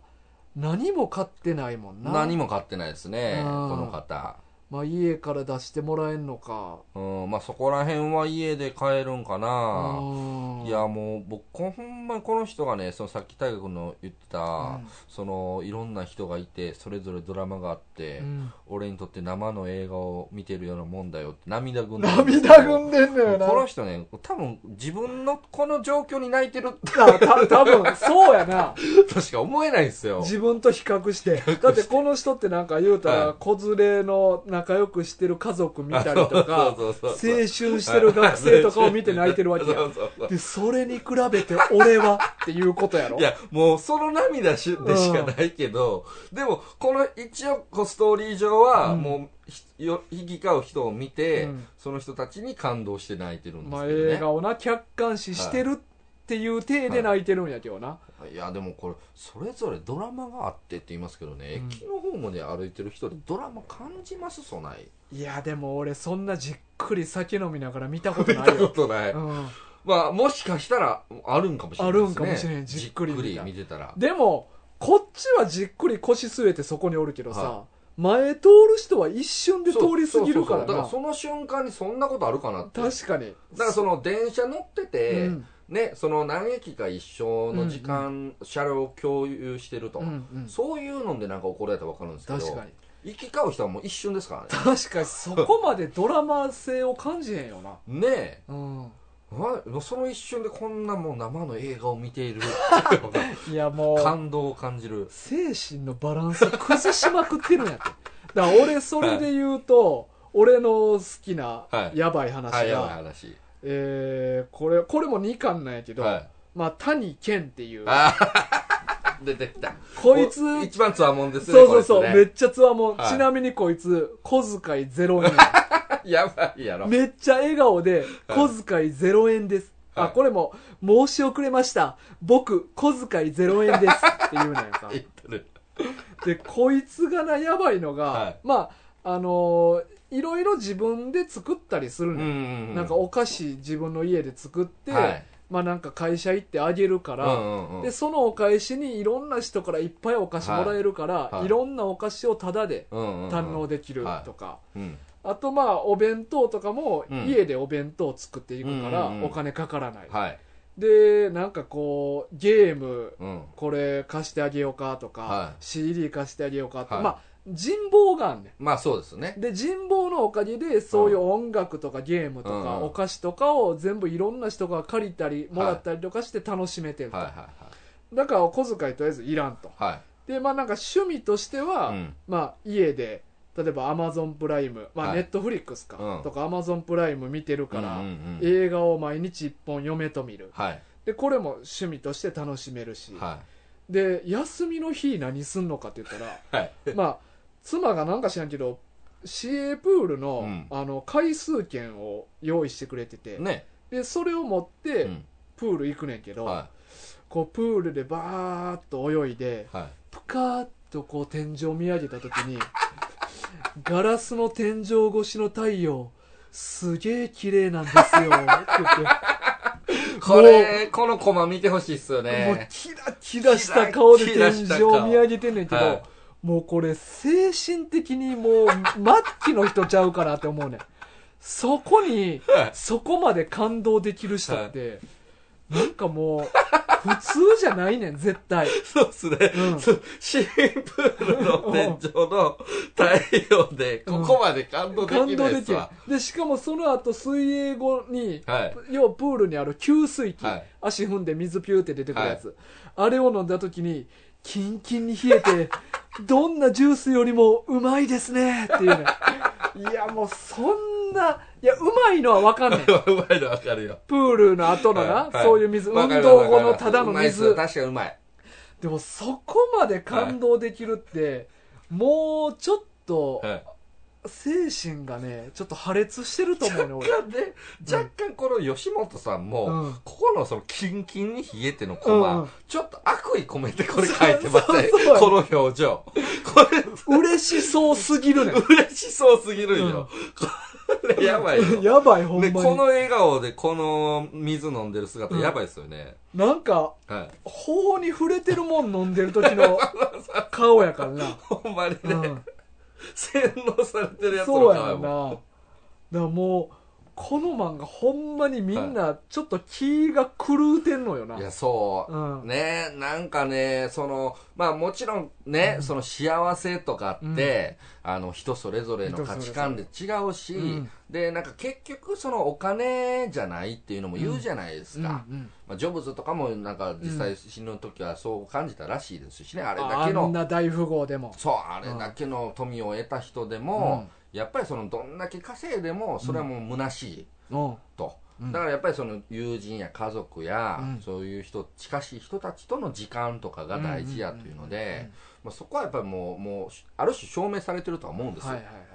Speaker 1: 何も買ってないもんな
Speaker 2: 何も買ってないですねこ
Speaker 1: うん
Speaker 2: の方
Speaker 1: まあ、家から出してもらえんのか
Speaker 2: うんまあそこら辺は家で買えるんかな
Speaker 1: うん
Speaker 2: いやもう僕こほんまにこの人がねそのさっき大学の言ってた、
Speaker 1: うん
Speaker 2: そのいろんな人がいてそれぞれドラマがあって、
Speaker 1: うん
Speaker 2: 俺にとって生の映画を見てるようなもんだよって涙ぐんでるんですけど
Speaker 1: 涙ぐんでんのよな
Speaker 2: この人ね多分自分のこの状況に泣いてる
Speaker 1: た多分そうやな
Speaker 2: としか思えないんですよ
Speaker 1: 自分と比較してだってこの人ってなんか言うた
Speaker 2: は
Speaker 1: ら子連れの仲良くしてる家族見たりと
Speaker 2: あ
Speaker 1: か
Speaker 2: そうそう
Speaker 1: 青
Speaker 2: そうそう
Speaker 1: 春してる学生とかを見て泣いてるわけ
Speaker 2: そ
Speaker 1: や
Speaker 2: うそうそう
Speaker 1: でそれに比べて俺はっていうことやろ
Speaker 2: いやもうその涙しでしかないけど、でもこの一応こうストーリー上は
Speaker 1: うん
Speaker 2: もうひよ引き交う人を見て、
Speaker 1: うん
Speaker 2: その人たちに感動して泣いてるんで
Speaker 1: ますあ、
Speaker 2: けどね
Speaker 1: 映、画をな客観視してるっていう体で泣いてるんやけどな、
Speaker 2: いやでもこれそれぞれドラマがあってって言いますけどね、
Speaker 1: うん
Speaker 2: 駅の方もね歩いてる人でドラマ感じますそない
Speaker 1: い、やでも俺そんなじっくり酒飲みながら見たこと
Speaker 2: 見
Speaker 1: な
Speaker 2: た
Speaker 1: い
Speaker 2: こ
Speaker 1: よ、
Speaker 2: とない、
Speaker 1: うん、
Speaker 2: まあもしかしたらあるんかもしれないですね
Speaker 1: あるんかもしれんじっくり見た
Speaker 2: 見てたら
Speaker 1: でもこっちはじっくり腰据えてそこにおるけどさ、
Speaker 2: は
Speaker 1: 前通る人は一瞬で通り過ぎるから
Speaker 2: そうそうそうだから
Speaker 1: な
Speaker 2: その瞬間にそんなことあるかなって
Speaker 1: 確かに
Speaker 2: だからその電車乗ってて、
Speaker 1: うん
Speaker 2: ねその何駅か一緒の時間、車両を共有してると、
Speaker 1: うんうん
Speaker 2: そういうのでなんか怒られたら分かるんですけど
Speaker 1: 確かに
Speaker 2: 行き交う人はもう一瞬ですからね
Speaker 1: 確かにそこまでドラマ性を感じへんよな
Speaker 2: ねえ
Speaker 1: うん
Speaker 2: わもうその一瞬でこんなもう生の映画を見て いる
Speaker 1: いやもう
Speaker 2: 感動を感じる
Speaker 1: 精神のバランス崩しまくってるんや ってだから俺それで言うと、俺の好きな
Speaker 2: はい
Speaker 1: やばい話が、
Speaker 2: はいやばい話
Speaker 1: えーこれこれも2巻なんやけど、
Speaker 2: は
Speaker 1: まあ谷健っていう
Speaker 2: いあー出てきた
Speaker 1: こいつ
Speaker 2: お一番つわもんですね
Speaker 1: そうそうそう、
Speaker 2: こいつ
Speaker 1: め
Speaker 2: ね
Speaker 1: っちゃつわもん、
Speaker 2: はい
Speaker 1: ちなみにこいつ小遣い0円
Speaker 2: やばいやろ
Speaker 1: めっちゃ笑顔で小遣い0円です、
Speaker 2: はい
Speaker 1: あこれも申し遅れました僕小遣い0円ですって言うなんやさ
Speaker 2: 言ってる
Speaker 1: でこいつがなやばいのが、
Speaker 2: はい
Speaker 1: まああのーいろいろ自分で作ったりする
Speaker 2: うんう
Speaker 1: ね、
Speaker 2: んうん
Speaker 1: なんかお菓子自分の家で作って、
Speaker 2: はい
Speaker 1: まあなんか会社行ってあげるか
Speaker 2: う
Speaker 1: ら、
Speaker 2: んうんうん
Speaker 1: でそのお返しにいろんな人からいっぱいお菓子もらえるから、
Speaker 2: い
Speaker 1: い
Speaker 2: はい
Speaker 1: ろんなお菓子をタダで
Speaker 2: うんうんうん
Speaker 1: 堪能できるとか、
Speaker 2: うん
Speaker 1: あとまあお弁当とかも
Speaker 2: うん
Speaker 1: 家でお弁当作っていくか
Speaker 2: うんうんう
Speaker 1: ら
Speaker 2: ん
Speaker 1: お金かからない、
Speaker 2: はい
Speaker 1: でなんかこうゲーム
Speaker 2: うん
Speaker 1: これ貸してあげようかとか、
Speaker 2: はい
Speaker 1: CD 貸してあげようかとか、
Speaker 2: はい
Speaker 1: まあ人望があんね
Speaker 2: まあそうですね
Speaker 1: んで人望のおかげでそういう音楽とかゲームとか
Speaker 2: うん
Speaker 1: お菓子とかを全部いろんな人が借りたりもらったりとかして楽しめてると、
Speaker 2: はいはい
Speaker 1: だからお小遣いとりあえずいらんと
Speaker 2: はい
Speaker 1: でまあなんか趣味としては、
Speaker 2: はいうん
Speaker 1: まあ家で例えばアマゾンプライムまあ
Speaker 2: はい
Speaker 1: ネットフリックスか、
Speaker 2: うん
Speaker 1: とかアマゾンプライム見てるから、
Speaker 2: うんうんうん
Speaker 1: 映画を毎日一本嫁と見る
Speaker 2: はい
Speaker 1: でこれも趣味として楽しめるし、
Speaker 2: は
Speaker 1: で休みの日何すんのかって言ったら
Speaker 2: いはい
Speaker 1: まあ妻がなんか知らんけど市営プールの,、
Speaker 2: うん
Speaker 1: あの回数券を用意してくれてて、
Speaker 2: ね
Speaker 1: でそれを持って、
Speaker 2: うん
Speaker 1: プール行くねんけど、
Speaker 2: は
Speaker 1: こうプールでバーッと泳いで、
Speaker 2: いはい
Speaker 1: ぷかーっとこう天井を見上げた時にガラスの天井越しの太陽すげえ綺麗なんですよって言っ
Speaker 2: これこのコマ見てほしいっすよ
Speaker 1: てもう
Speaker 2: ね
Speaker 1: キラキラした顔で
Speaker 2: キラ
Speaker 1: 天
Speaker 2: キラした
Speaker 1: 井
Speaker 2: 顔
Speaker 1: を見上げてんねんけど、
Speaker 2: はい
Speaker 1: もうこれ精神的にもう末期の人ちゃうかなって思うねんそこに
Speaker 2: はい
Speaker 1: そこまで感動できる人って、なんかもう普通じゃないねん絶対
Speaker 2: そうっすね
Speaker 1: うん
Speaker 2: そうシンプルの天井の太陽でここまで感動で
Speaker 1: 感
Speaker 2: き
Speaker 1: 動
Speaker 2: ない
Speaker 1: で
Speaker 2: っ
Speaker 1: き
Speaker 2: す
Speaker 1: る
Speaker 2: わ
Speaker 1: でしかもその後水泳後に
Speaker 2: はい
Speaker 1: 要はプールにある給水器、
Speaker 2: はい
Speaker 1: 足踏んで水ピューって出てくるやつ、あれを飲んだ時にキンキンに冷え てどんなジュースよりもうまいですねっていうね いやもうそんないやうまいのは分かんない
Speaker 2: うまいのわかるよ
Speaker 1: プールの後のな、
Speaker 2: はい
Speaker 1: そういう水、
Speaker 2: わか
Speaker 1: 運
Speaker 2: る
Speaker 1: 動
Speaker 2: わか
Speaker 1: 後
Speaker 2: る
Speaker 1: のただの
Speaker 2: うまいっす
Speaker 1: 水
Speaker 2: 確かにうまい
Speaker 1: でもそこまで感動できるって、もうちょっと
Speaker 2: はい
Speaker 1: 精神がねちょっと破裂してると思うね俺
Speaker 2: 若干ね、若干この吉本さんも、
Speaker 1: うん
Speaker 2: ここのそのキンキンに冷えてのコマ、
Speaker 1: うんうん
Speaker 2: ちょっと悪意込めてこれ書いてません
Speaker 1: そうそうそ
Speaker 2: この表情。これ、
Speaker 1: 嬉しそうすぎるね
Speaker 2: 嬉しそうすぎるんよ。れやばいよ
Speaker 1: やばいほんま
Speaker 2: で
Speaker 1: に、
Speaker 2: この笑顔でこの水飲んでる姿やばいですよね、
Speaker 1: なんか
Speaker 2: はい
Speaker 1: 法に触れてるもん飲んでる時 の顔やからな、
Speaker 2: ほんまにね、
Speaker 1: うん、
Speaker 2: 洗脳されてるやつの
Speaker 1: そうや
Speaker 2: 顔や
Speaker 1: ろな
Speaker 2: もん
Speaker 1: だからもうこの漫画ほんまにみんなちょっと気が狂うてんのよな、
Speaker 2: いやそう、
Speaker 1: うん
Speaker 2: ねなんかねそのまあもちろんね、その幸せとかって、あの人それぞれの価値観で違うし、
Speaker 1: うん
Speaker 2: でなんか結局そのお金じゃないっていうのも言うじゃないですか、
Speaker 1: うんうん
Speaker 2: まあ、ジョブズとかもなんか実際死ぬ時はそう感じたらしいですしね、あれだ
Speaker 1: あ
Speaker 2: け
Speaker 1: ん
Speaker 2: の
Speaker 1: な大富豪でも
Speaker 2: そうあれだけの富を得た人でも、やっぱりそのどんだけ稼いでもそれはもう虚しい
Speaker 1: うん
Speaker 2: と、
Speaker 1: うん
Speaker 2: だからやっぱりその友人や家族や、
Speaker 1: うん
Speaker 2: そういう人近しい人たちとの時間とかが大事やと
Speaker 1: うん
Speaker 2: いうの
Speaker 1: うんうんう
Speaker 2: で
Speaker 1: ん
Speaker 2: まあそこはやっぱりもうもうある種証明されてるとは思うんですよ、
Speaker 1: はいはいはい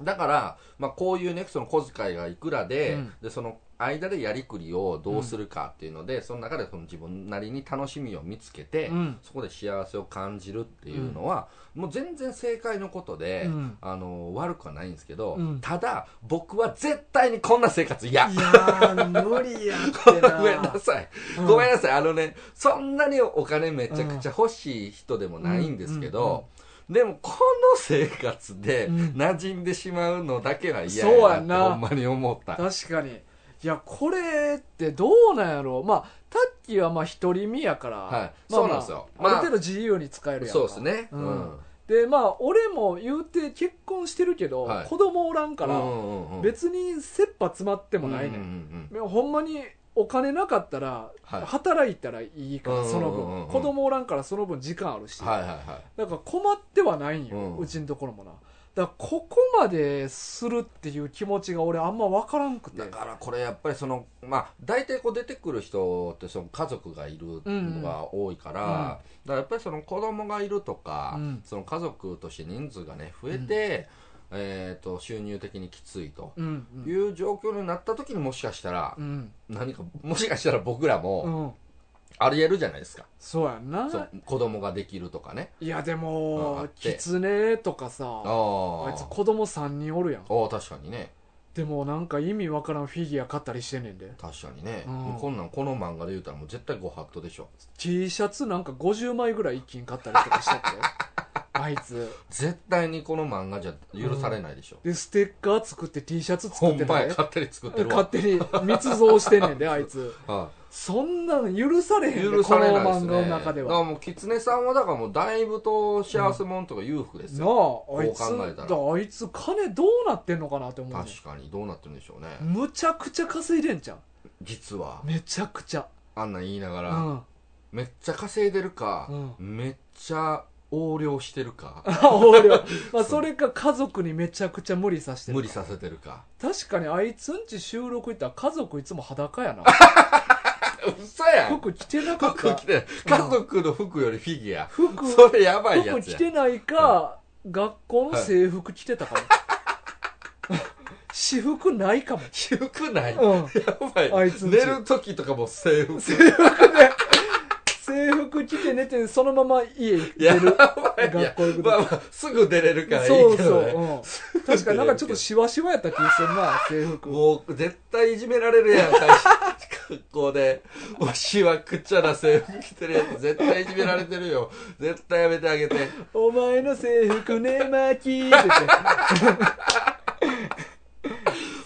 Speaker 2: だから、まあ、こういうねその小遣いがいくらで,、
Speaker 1: うん
Speaker 2: でその間でやりくりをどうするかっていうので、その中でその自分なりに楽しみを見つけて、
Speaker 1: うん
Speaker 2: そこで幸せを感じるっていうのは、もう全然正解のことで、
Speaker 1: うん
Speaker 2: あの悪くはないんですけど、
Speaker 1: うん
Speaker 2: ただ僕は絶対にこんな生活嫌
Speaker 1: いやー無理やってな
Speaker 2: ごめんなさい、
Speaker 1: うん
Speaker 2: ごめんなさいあのねそんなにお金めちゃくちゃ欲しい人でもないんですけど、でもこの生活で
Speaker 1: うん
Speaker 2: 馴染んでしまうのだけは嫌
Speaker 1: そう
Speaker 2: や
Speaker 1: や
Speaker 2: なっ
Speaker 1: ん
Speaker 2: て
Speaker 1: な
Speaker 2: ほんまに思った
Speaker 1: 確かにいやこれってどうなんやろうまあタッキーはまあ独り身やから、
Speaker 2: はい
Speaker 1: まあまあ
Speaker 2: そうなんですよ
Speaker 1: ある
Speaker 2: まあ
Speaker 1: 程度自由に使えるやんか
Speaker 2: そうですね
Speaker 1: う
Speaker 2: うんん、
Speaker 1: でまあ俺も言うて結婚してるけど、
Speaker 2: はい
Speaker 1: 子供おらんから、
Speaker 2: うんうんうん
Speaker 1: 別に切羽詰まってもないね、
Speaker 2: うんうん
Speaker 1: ん
Speaker 2: うん
Speaker 1: でもほんまにお金なかったら、
Speaker 2: はい
Speaker 1: 働いたらいいから、
Speaker 2: うん
Speaker 1: その
Speaker 2: うんうんう
Speaker 1: 分
Speaker 2: ん
Speaker 1: 子供おらんからその分時間あるし、
Speaker 2: はいはいはい
Speaker 1: なんか困ってはないんよ、
Speaker 2: う
Speaker 1: うんちのところもなだからここまでするっていう気持ちが俺あんま分からんくて
Speaker 2: だからこれやっぱりそのまあ大体こう出てくる人ってその家族がいるのが多いから、
Speaker 1: うんうん
Speaker 2: だからやっぱりその子供がいるとか、
Speaker 1: うん
Speaker 2: その家族として人数がね増えて、えっ、と収入的にきついと
Speaker 1: うんう
Speaker 2: い
Speaker 1: ん
Speaker 2: う状況になった時にもしかしたら、
Speaker 1: うん、
Speaker 2: 何かもしかしたら僕ら
Speaker 1: う
Speaker 2: も
Speaker 1: ん、
Speaker 2: ありえるじゃないですか、
Speaker 1: そうやんな
Speaker 2: そう子供ができるとかね
Speaker 1: いやで
Speaker 2: うんあ
Speaker 1: も
Speaker 2: っ、て
Speaker 1: キツネとか
Speaker 2: あ
Speaker 1: さ、
Speaker 2: あ
Speaker 1: あいつ子供3人おるやん。
Speaker 2: ああ確かにね
Speaker 1: でもなんか意味わからんフィギュア買ったりしてんねんで。
Speaker 2: 確かにね、
Speaker 1: うん
Speaker 2: もうこんなんこの漫画で言うたらもう絶対ご法度でしょ
Speaker 1: T シャツなんか50枚ぐらい一気に買ったりとかした って。あいつ。
Speaker 2: 絶対にこの漫画じゃ許されないでしょ、
Speaker 1: で、ステッカー作って T シャツ作
Speaker 2: ほ
Speaker 1: っ
Speaker 2: ん
Speaker 1: て
Speaker 2: ま
Speaker 1: た
Speaker 2: や
Speaker 1: で。
Speaker 2: 勝手に作ってるわ、
Speaker 1: 勝手に密造してんねんで、あいつ。
Speaker 2: は
Speaker 1: そんなん許されへ
Speaker 2: い
Speaker 1: んで、
Speaker 2: 許されな
Speaker 1: こ
Speaker 2: いで
Speaker 1: の
Speaker 2: すね
Speaker 1: 漫画の中で
Speaker 2: だから
Speaker 1: は。
Speaker 2: もう狐さんはだからもうだいぶと幸せ者とか裕福です
Speaker 1: な
Speaker 2: よ、
Speaker 1: あ、あいつ、
Speaker 2: こう考えたら
Speaker 1: だあいつ金どうなってんのかなって思うねん
Speaker 2: 確かにどうなってるんでしょうね、
Speaker 1: むちゃくちゃ稼いでんじゃん。
Speaker 2: 実は
Speaker 1: めちゃくちゃ。
Speaker 2: あんなん言いなが
Speaker 1: う
Speaker 2: ら、
Speaker 1: ん。
Speaker 2: めっちゃ稼いでるか、
Speaker 1: う
Speaker 2: めっちゃ横領してるか
Speaker 1: 横領まあそれか家族にめちゃくちゃ無理させてる
Speaker 2: 無理させてるか
Speaker 1: 確かにあいつんち収録行ったら家族いつも裸 やな
Speaker 2: 嘘やん
Speaker 1: 服着てなかっ
Speaker 2: 服
Speaker 1: た
Speaker 2: 着て家族の服よりフィギュア、
Speaker 1: 服
Speaker 2: それやばいや
Speaker 1: 服
Speaker 2: つ
Speaker 1: 着
Speaker 2: や
Speaker 1: てないか、学校の制服着てたかも、 私服ないかも、
Speaker 2: 私服ない、や
Speaker 1: うん、
Speaker 2: ばい
Speaker 1: あいつんち
Speaker 2: 寝る時とかも制服
Speaker 1: 制服で制服着て寝てそのまま家行って
Speaker 2: や
Speaker 1: る
Speaker 2: ばいや
Speaker 1: 学校行く時
Speaker 2: まあまあすぐ出れるからいいけど
Speaker 1: そ
Speaker 2: ね
Speaker 1: うそう、うん、確かになんかちょっとしわしわやった気がするな制 服
Speaker 2: もう絶対いじめられる やん会社学校でもうしわくちゃな制服着てるやつ絶対いじめられてるよ絶対やめてあげて
Speaker 1: お前の制服ね巻きって言って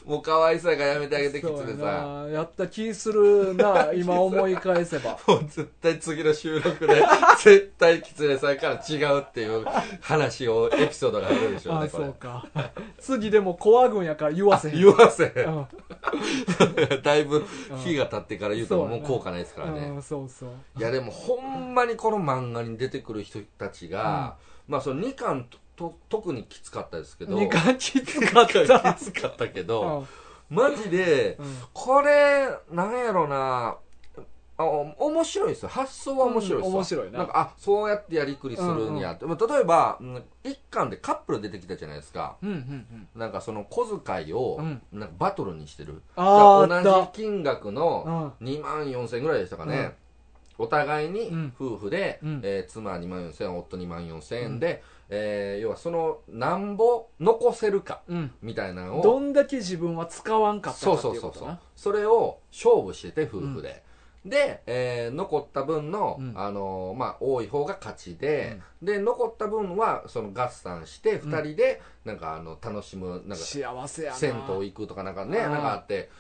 Speaker 2: もう可愛さがや めてあげてきつ
Speaker 1: そう
Speaker 2: ね
Speaker 1: や
Speaker 2: さん
Speaker 1: なやった気するな今思い返せば
Speaker 2: もう絶対次の収録で、 絶対キツネさんから違うっていう話を、エピソードが入るでしょう
Speaker 1: あ
Speaker 2: ね、こ
Speaker 1: そう
Speaker 2: れ。
Speaker 1: か 次でもコア軍やから言わせへん
Speaker 2: 言わせ
Speaker 1: う
Speaker 2: へ
Speaker 1: ん
Speaker 2: ん。 だいぶ日が経ってから言うと
Speaker 1: うん
Speaker 2: もう効果ないですから
Speaker 1: う
Speaker 2: ね。
Speaker 1: んそうそう
Speaker 2: いやでもほんまにこの漫画に出てくる人たちが、まあその2巻とと特にきつかったですけど、
Speaker 1: 二巻きつかっ
Speaker 2: 2巻
Speaker 1: た
Speaker 2: きつかったけ
Speaker 1: う
Speaker 2: ど、
Speaker 1: ん
Speaker 2: マジで、これ、なんやろな、あお面白いですよ。発想は面白いですわ、
Speaker 1: うん面白いなん
Speaker 2: か、あ、そうやってやりくりするんやって。まあ例えば、うん一巻でカップル出てきたじゃないですか。
Speaker 1: うんうんうん
Speaker 2: なんかその小遣いを、
Speaker 1: うん
Speaker 2: なんかバトルにしてる。
Speaker 1: あーあ
Speaker 2: だ
Speaker 1: っ
Speaker 2: から同
Speaker 1: た
Speaker 2: じ金額の2万4千円ぐらいでしたかね。お互いに
Speaker 1: うん
Speaker 2: 夫婦で、
Speaker 1: うん
Speaker 2: えー妻2万4000円夫2万4000円で、えー要はそのなんぼ残せるか
Speaker 1: うん
Speaker 2: みたいなのを
Speaker 1: どんだけ自分は使わんかったか
Speaker 2: そう
Speaker 1: ってい
Speaker 2: そ
Speaker 1: ううこ
Speaker 2: そう
Speaker 1: と
Speaker 2: そ
Speaker 1: な
Speaker 2: うそれを勝負してて夫婦で、で、えー残った分の、
Speaker 1: うん
Speaker 2: あのーまあ、多い方が勝ちで、で残った分はその合算して
Speaker 1: うん
Speaker 2: 2人で、なんかあの楽しむなんか
Speaker 1: 幸せやな
Speaker 2: 銭湯行くとかなんかね
Speaker 1: あ
Speaker 2: な
Speaker 1: ー
Speaker 2: んかあって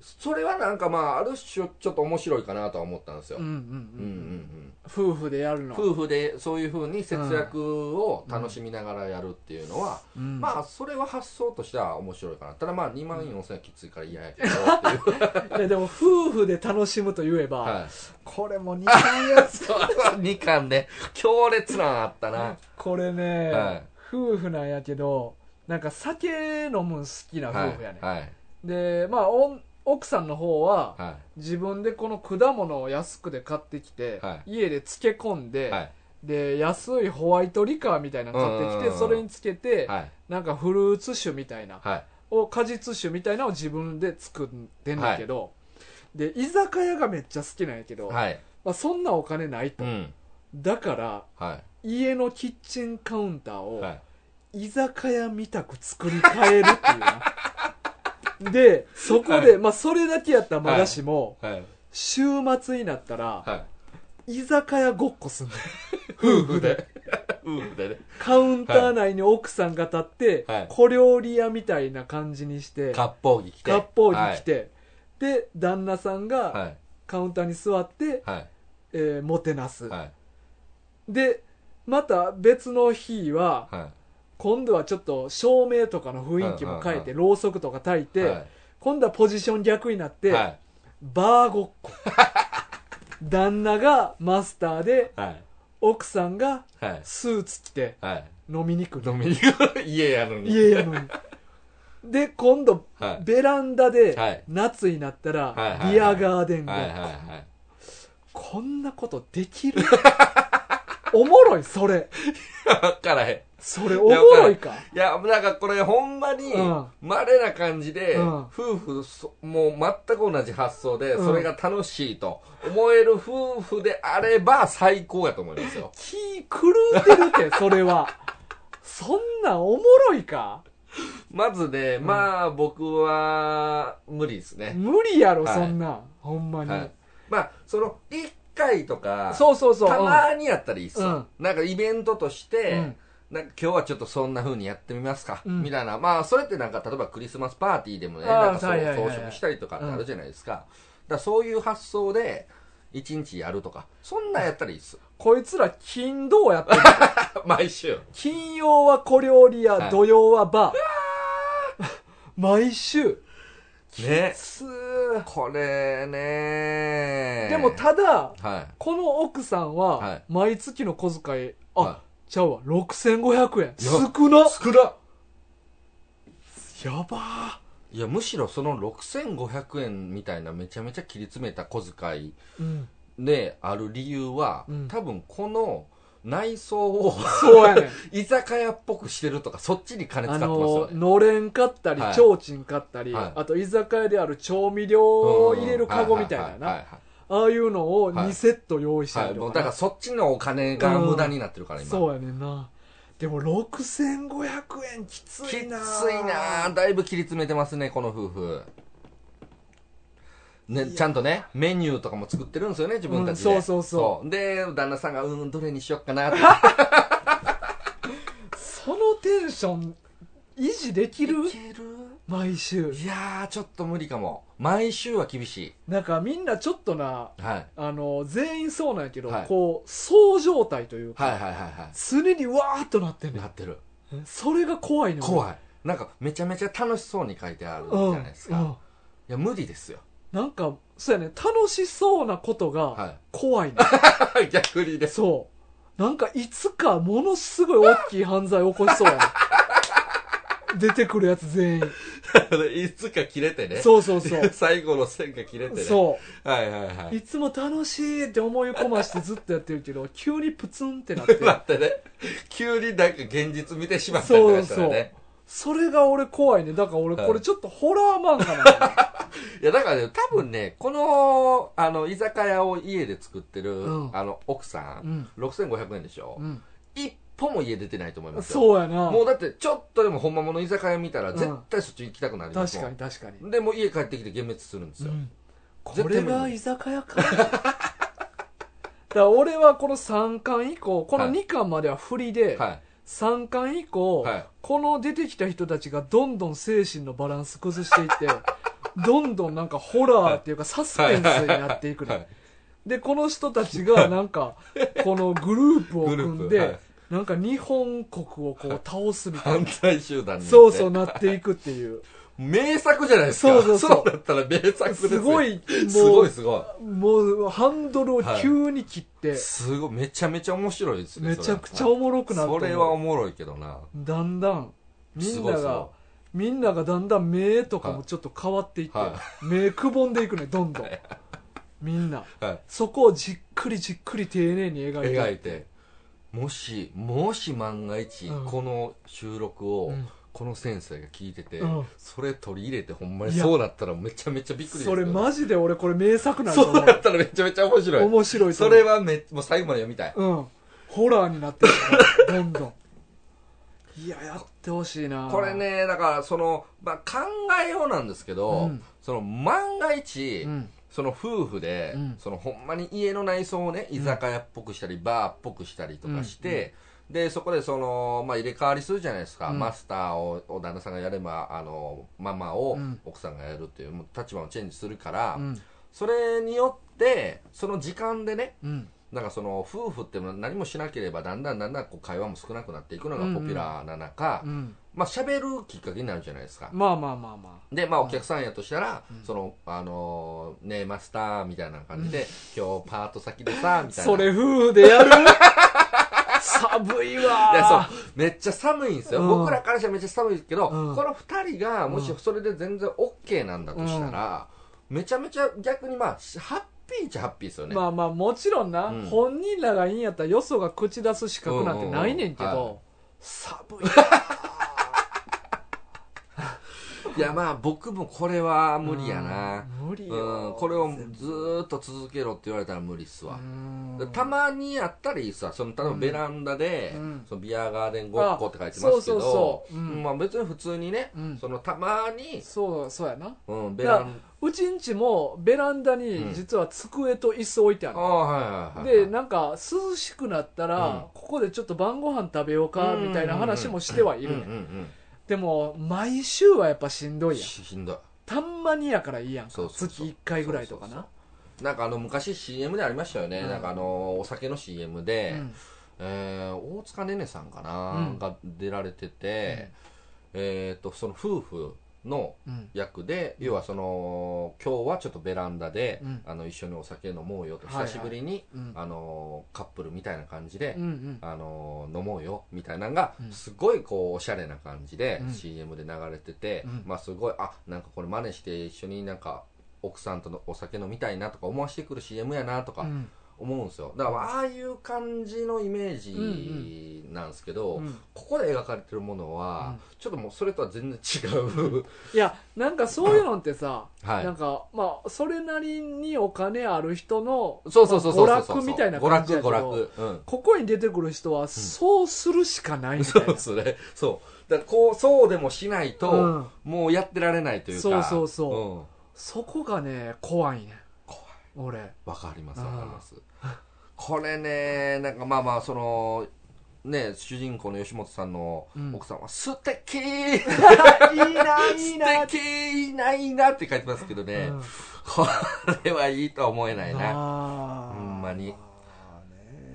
Speaker 2: それはなんかまあある種ちょっと面白いかなとは思ったんですよ、
Speaker 1: うんうん
Speaker 2: うん
Speaker 1: う、
Speaker 2: うんん
Speaker 1: うん
Speaker 2: うん
Speaker 1: 夫婦でやるの、
Speaker 2: 夫婦でそういうふうに節約を楽しみながらやるっていうのは、
Speaker 1: うん
Speaker 2: まあそれは発想としては面白いかなただまあ2万4000円きついから嫌やけどっていう
Speaker 1: いやでも夫婦で楽しむと言えば、
Speaker 2: はい、
Speaker 1: これも2万 円
Speaker 2: そう2巻ね強烈なのあったな
Speaker 1: これね、
Speaker 2: はい
Speaker 1: 夫婦なんやけどなんか酒飲むん好きな夫婦やね、
Speaker 2: はいはい
Speaker 1: でまあおん奥さんの方は
Speaker 2: は
Speaker 1: 自分でこの果物を安くで買ってきて、
Speaker 2: は
Speaker 1: 家で漬け込んで、
Speaker 2: いはい
Speaker 1: で安いホワイトリカーみたいなの買って
Speaker 2: うん
Speaker 1: き
Speaker 2: うん
Speaker 1: て
Speaker 2: うん
Speaker 1: それにつけて、
Speaker 2: はい
Speaker 1: なんかフルーツ酒みたいな、
Speaker 2: はい
Speaker 1: を果実酒みたいなのを自分で作ってんだけど、で居酒屋がめっちゃ好きなんやけど、
Speaker 2: はい
Speaker 1: まあ、そんなお金ないと、
Speaker 2: うん
Speaker 1: だから
Speaker 2: は
Speaker 1: 家のキッチンカウンター
Speaker 2: い
Speaker 1: を、
Speaker 2: はい
Speaker 1: 居酒屋みたく作り変えるっていう なでそこで、まあそれだけやったらまだしも、
Speaker 2: はい
Speaker 1: 週末になったら、
Speaker 2: はい
Speaker 1: 居酒屋ごっこすんの
Speaker 2: 夫婦で夫婦でね
Speaker 1: カウンター内に奥さんが立って、
Speaker 2: はい
Speaker 1: 小料理屋みたいな感じにして、
Speaker 2: 割烹着着て
Speaker 1: 割烹着着て、で旦那さん
Speaker 2: は
Speaker 1: が
Speaker 2: い
Speaker 1: カウンターに座って、
Speaker 2: はい
Speaker 1: えーもてなす、
Speaker 2: はい
Speaker 1: でまた別の日は
Speaker 2: は
Speaker 1: 今度はちょっと照明とかの雰囲気も変えて、ろうそくとか焚い
Speaker 2: い
Speaker 1: て、
Speaker 2: は
Speaker 1: 今度はポジション逆になっ
Speaker 2: い
Speaker 1: て、
Speaker 2: はい
Speaker 1: バーごっこ 旦那がマスターで
Speaker 2: はい
Speaker 1: 奥さんが
Speaker 2: はい
Speaker 1: スーツ着て
Speaker 2: はい
Speaker 1: 飲みに来る
Speaker 2: 飲みに行く家やのに
Speaker 1: 家やのに で今度
Speaker 2: はい
Speaker 1: ベランダで
Speaker 2: はい
Speaker 1: 夏になった
Speaker 2: はいはい
Speaker 1: ら
Speaker 2: はい
Speaker 1: ビアガーデン
Speaker 2: はいはい
Speaker 1: で
Speaker 2: は
Speaker 1: こんなことできる おもろいそれ
Speaker 2: いわからへん
Speaker 1: それおもろいか
Speaker 2: いや、なんかこれほんまに
Speaker 1: うん、
Speaker 2: 稀な感じで、
Speaker 1: うん
Speaker 2: 夫婦そ、もう全く同じ発想で、
Speaker 1: うん。
Speaker 2: それが楽しいと思える夫婦であれば最高やと思いますよ
Speaker 1: 気狂うてるってそれはそんなんおもろいか
Speaker 2: まずね、
Speaker 1: ん
Speaker 2: まあ僕は無理ですね。
Speaker 1: 無理やろ
Speaker 2: はい
Speaker 1: そんなんほんまに
Speaker 2: はい。まあ、その、一回とか、
Speaker 1: そうそうそう
Speaker 2: た
Speaker 1: うん
Speaker 2: まにやったらいいっすよ、なんかイベントとして、
Speaker 1: うん
Speaker 2: なんか今日はちょっとそんな風にやってみますか、
Speaker 1: うん
Speaker 2: みたいな。まあ、それってなんか、例えばクリスマスパーティーでもね、
Speaker 1: あー
Speaker 2: なんかそう
Speaker 1: はいはいはいはい
Speaker 2: 装飾したりとかってあるじゃないですか。だからそういう発想で、一日やるとか、そんなんやったらいいっす。
Speaker 1: こいつら金土やってる
Speaker 2: 毎週。
Speaker 1: 金曜は小料理屋、
Speaker 2: はい
Speaker 1: 土曜はバー毎週
Speaker 2: ね。
Speaker 1: す
Speaker 2: これね
Speaker 1: でも、ただ
Speaker 2: は
Speaker 1: この奥さん
Speaker 2: は
Speaker 1: はい毎月の小遣い
Speaker 2: い。
Speaker 1: あ、
Speaker 2: は
Speaker 1: ちゃうわ6500円
Speaker 2: いや。
Speaker 1: 少ない
Speaker 2: 少な
Speaker 1: やばー
Speaker 2: いや、むしろその6500円みたいなめちゃめちゃ切り詰めた小遣い
Speaker 1: うん
Speaker 2: である理由は、
Speaker 1: うん
Speaker 2: 多分この内装を、
Speaker 1: そうやねん
Speaker 2: 居酒屋っぽくしてるとかそっちに金使
Speaker 1: あ
Speaker 2: ってますよ
Speaker 1: の
Speaker 2: ね、
Speaker 1: のれん買ったり
Speaker 2: はい
Speaker 1: 提灯買ったり、
Speaker 2: はい
Speaker 1: あと居酒屋である調味料を入れるカゴみたいな
Speaker 2: は
Speaker 1: な
Speaker 2: は
Speaker 1: ああいうのを
Speaker 2: は
Speaker 1: 2
Speaker 2: い
Speaker 1: セット用意して
Speaker 2: はい
Speaker 1: あ
Speaker 2: はい
Speaker 1: る
Speaker 2: も
Speaker 1: と
Speaker 2: う
Speaker 1: か
Speaker 2: だから
Speaker 1: な
Speaker 2: そっちのお金が無駄になってるから今、
Speaker 1: そうやねんなでも6500円きつ
Speaker 2: きつい
Speaker 1: いな
Speaker 2: なあだいぶ切り詰めてますねこの夫婦ね、ちゃんとねメニューとかも作ってるんですよね自分たちで、
Speaker 1: うんそうそうそう
Speaker 2: で旦那さんがうんどれにしよっか なって
Speaker 1: そのテンション維持できる
Speaker 2: いける
Speaker 1: 毎週
Speaker 2: いやーちょっと無理かも毎週は厳し、
Speaker 1: なんかみんなちょっとない
Speaker 2: はい、
Speaker 1: あの全員そうなんやけど、
Speaker 2: はい
Speaker 1: こうそう状態というか、
Speaker 2: はいはいはいは
Speaker 1: 常にわーっとなってん
Speaker 2: い
Speaker 1: ね
Speaker 2: なんってる
Speaker 1: それが怖いの
Speaker 2: 怖いなんかめちゃめちゃ楽しそうに書いてあるじ
Speaker 1: うん
Speaker 2: ゃないですか、
Speaker 1: う
Speaker 2: い
Speaker 1: ん
Speaker 2: や無理ですよ
Speaker 1: なんか、そうやね、楽しそうなことが
Speaker 2: は
Speaker 1: 怖 いね。
Speaker 2: い逆にです
Speaker 1: そう。なんかいつかものすごい大きい犯罪起こしそうやね。 出てくるやつ全員。
Speaker 2: いつか切れてね
Speaker 1: そうそうそう。
Speaker 2: 最後の線が切れてね
Speaker 1: そ
Speaker 2: はいはいは
Speaker 1: う。
Speaker 2: い。
Speaker 1: いつも楽しいって思い込ましてずっとやってるけど、急にプツンってなって
Speaker 2: 待ってね急になんか現実見てしまったり
Speaker 1: そ
Speaker 2: と
Speaker 1: う
Speaker 2: かした
Speaker 1: そ
Speaker 2: ら
Speaker 1: う
Speaker 2: ね。
Speaker 1: それが俺怖いね。だから俺
Speaker 2: はい
Speaker 1: これちょっとホラー漫画なのよ。
Speaker 2: いや、だからね、多分ね、この、あの、居酒屋を家で作ってる、
Speaker 1: うん
Speaker 2: あの、奥さ、
Speaker 1: うんん、
Speaker 2: 6500円でしょ、
Speaker 1: うん、
Speaker 2: 一歩も家出てないと思いますよ。
Speaker 1: そうやな
Speaker 2: もうだって、ちょっとでも本物の居酒屋見たら、
Speaker 1: うん
Speaker 2: 絶対そっち行きたくなります
Speaker 1: 確
Speaker 2: もん。
Speaker 1: かに確かに、
Speaker 2: で、もう家帰ってきて幻滅するんですよ。
Speaker 1: うん
Speaker 2: 絶
Speaker 1: こ
Speaker 2: 対
Speaker 1: れ
Speaker 2: 無理
Speaker 1: が居酒屋か だから俺はこの3巻以降この
Speaker 2: はい
Speaker 1: 2巻までは振りで、
Speaker 2: は
Speaker 1: 3巻以
Speaker 2: い。
Speaker 1: 降、
Speaker 2: はい。
Speaker 1: この出てきた人たちがどんどん精神のバランス崩していって どんどんなんかホラーっていうかサスペンスになっていくの、
Speaker 2: はい
Speaker 1: でこの人たちがなんかこのグループを
Speaker 2: グル
Speaker 1: 組ん
Speaker 2: ー
Speaker 1: で、
Speaker 2: プ。はい
Speaker 1: なんか日本国をこう倒すみたい
Speaker 2: 犯
Speaker 1: な
Speaker 2: 罪集団になって
Speaker 1: そうそうなっていくっていう
Speaker 2: 名作じゃないです
Speaker 1: そ
Speaker 2: か。
Speaker 1: うそうそう
Speaker 2: だったら名作ですよ。
Speaker 1: すご。い
Speaker 2: す
Speaker 1: も
Speaker 2: ごいうすご
Speaker 1: もうハンドルを急に切って、
Speaker 2: い。すごい、めちゃめちゃ面白いですね。
Speaker 1: めちゃくちゃ
Speaker 2: 面
Speaker 1: おもろくなって
Speaker 2: それはおもろいけどな。
Speaker 1: だんだんみんな
Speaker 2: すごいす
Speaker 1: が
Speaker 2: ご
Speaker 1: みんながだんだん目とかもちょっと変わっていって、
Speaker 2: は
Speaker 1: 目くぼんでいくねどんどんみんな
Speaker 2: はい。
Speaker 1: そこをじっくりじっくり丁寧に描いて
Speaker 2: 描いてもしもし万が一、
Speaker 1: うん
Speaker 2: この収録を、
Speaker 1: うん
Speaker 2: この先生が聞いてて、
Speaker 1: うん
Speaker 2: それ取り入れてほんまに
Speaker 1: いや
Speaker 2: そうだったらめちゃめちゃびっくりです
Speaker 1: それ
Speaker 2: よね
Speaker 1: マジで俺これ名作なんだ
Speaker 2: そうだったらめちゃめちゃ面白い
Speaker 1: 面白いと
Speaker 2: そ
Speaker 1: 思う
Speaker 2: れはめもう最後まで読みたい、
Speaker 1: うんホラーになってるからどんどんいややってほしいな
Speaker 2: これねだからその、まあ、考えようなんですけど、
Speaker 1: うん
Speaker 2: その万が一、
Speaker 1: うん
Speaker 2: その夫婦で、
Speaker 1: うん
Speaker 2: そのほんまに家の内装をね居酒屋っぽくしたり、バーっぽくしたりとかして、でそこでその、まあ、入れ替わりするじゃないですか、
Speaker 1: うん
Speaker 2: マスターをを旦那さんがやればあのママを
Speaker 1: うん
Speaker 2: 奥さんがやるっていうもう立場をチェンジするから、
Speaker 1: うん
Speaker 2: それによってその時間でね
Speaker 1: うん
Speaker 2: なんかその夫婦っていうのは何もしなければだんだんだんだんこう会話も少なくなっていくのがポピュラーな中、
Speaker 1: うん
Speaker 2: まあ喋るきっかけになるじゃないですか、
Speaker 1: まあまあまあま
Speaker 2: で、まあ、お客さんやとしたら、
Speaker 1: うん
Speaker 2: その、あのーねえ、マスター、みたいな感じで、今日パート先でさ、み
Speaker 1: あ
Speaker 2: たいな。
Speaker 1: それ夫婦でや る寒いわ
Speaker 2: いやそうめっちゃ寒いんですよ、
Speaker 1: うん
Speaker 2: 僕らからしたらめっちゃ寒いですけど、
Speaker 1: うん
Speaker 2: この2人がもしそれで全然 OK なんだとしたら、めちゃめちゃ逆にまあしハッピーっちゃハッピーですよね、
Speaker 1: まあまあもちろんな、
Speaker 2: うん
Speaker 1: 本人らがいいんやったらよそが口出す資格なんてないねんけど、
Speaker 2: うんうんうんはい
Speaker 1: 寒いな
Speaker 2: いやまあ僕もこれは無理やな、
Speaker 1: うん無理
Speaker 2: うん
Speaker 1: よ、
Speaker 2: これをずーっと続けろって言われたら無理っすわ、でた
Speaker 1: に
Speaker 2: まにやったらいいさその例えばベランダで、
Speaker 1: うん
Speaker 2: そのビアガーデンごっこって書いてますけど
Speaker 1: あそうそうそううん
Speaker 2: まあ、別に普通にね、
Speaker 1: うん
Speaker 2: そのたまに、
Speaker 1: そうそうやな
Speaker 2: うん、ベ
Speaker 1: だ
Speaker 2: ラン
Speaker 1: うちんちもベランダに実は机と椅子置いてある、
Speaker 2: ダああはいはいはい
Speaker 1: でなんか涼しくなったら、
Speaker 2: うん
Speaker 1: ここでちょっと晩ご飯食べようかみたいな話もしてはいるね、
Speaker 2: うんうん
Speaker 1: でも毎週はやっぱしんど
Speaker 2: うん、
Speaker 1: いやん
Speaker 2: ししんどい
Speaker 1: たんまにやからいいやんか
Speaker 2: そうそう
Speaker 1: 月
Speaker 2: そう
Speaker 1: 1回ぐらいとかな
Speaker 2: そうそうなんかあの昔 CM でありましたよね、
Speaker 1: うん
Speaker 2: なんかあのお酒の CM
Speaker 1: う
Speaker 2: で、
Speaker 1: ん
Speaker 2: えー大塚寧々さんかな、
Speaker 1: うん
Speaker 2: が出られてて、えっとその夫婦の
Speaker 1: うん
Speaker 2: 役で要はその今日はちょっとベランダで、
Speaker 1: うん
Speaker 2: あの一緒にお酒飲もうよと
Speaker 1: はいはい
Speaker 2: 久しぶりに、
Speaker 1: うん
Speaker 2: あのカップルみたいな感じで、
Speaker 1: うんうん
Speaker 2: あの飲もうよみたいなのが
Speaker 1: うん
Speaker 2: すごいこうおしゃれな感じで
Speaker 1: うん
Speaker 2: CM で流れてて、
Speaker 1: うん
Speaker 2: まあすごいあなんかこれ真似して一緒になんか奥さんとのお酒飲みたいなとか思わしてくる CM やなと
Speaker 1: う
Speaker 2: か
Speaker 1: ん
Speaker 2: 思うんですよだからああいう感じのイメージなんですけど、
Speaker 1: うん
Speaker 2: ここで描かれてるものは、ちょっともうそれとは全然違 う
Speaker 1: いやなんかそういうのってさ、
Speaker 2: はい
Speaker 1: なんかまあそれなりにお金ある人の
Speaker 2: そうそうそうそう
Speaker 1: まあ
Speaker 2: そう
Speaker 1: 娯楽みたいな感じやけど
Speaker 2: 娯楽娯楽、うん
Speaker 1: ここに出てくる人はそうするしかないみた
Speaker 2: そ
Speaker 1: いな、
Speaker 2: うそれそうだからこうそうでもしないと、
Speaker 1: うん
Speaker 2: もうやってられないというか
Speaker 1: そうそうそう
Speaker 2: うん
Speaker 1: そこがね怖いね
Speaker 2: 怖い
Speaker 1: 俺
Speaker 2: わかります
Speaker 1: あー
Speaker 2: わかりますこれねなんかまあまあそのね主人公の吉本さんの
Speaker 1: うん
Speaker 2: 奥さんは「素敵い い
Speaker 1: いいないい な
Speaker 2: 素敵いいないいな」って書いてますけどね、
Speaker 1: うん
Speaker 2: これはいいとは思えないな
Speaker 1: あー
Speaker 2: ほんまに
Speaker 1: あ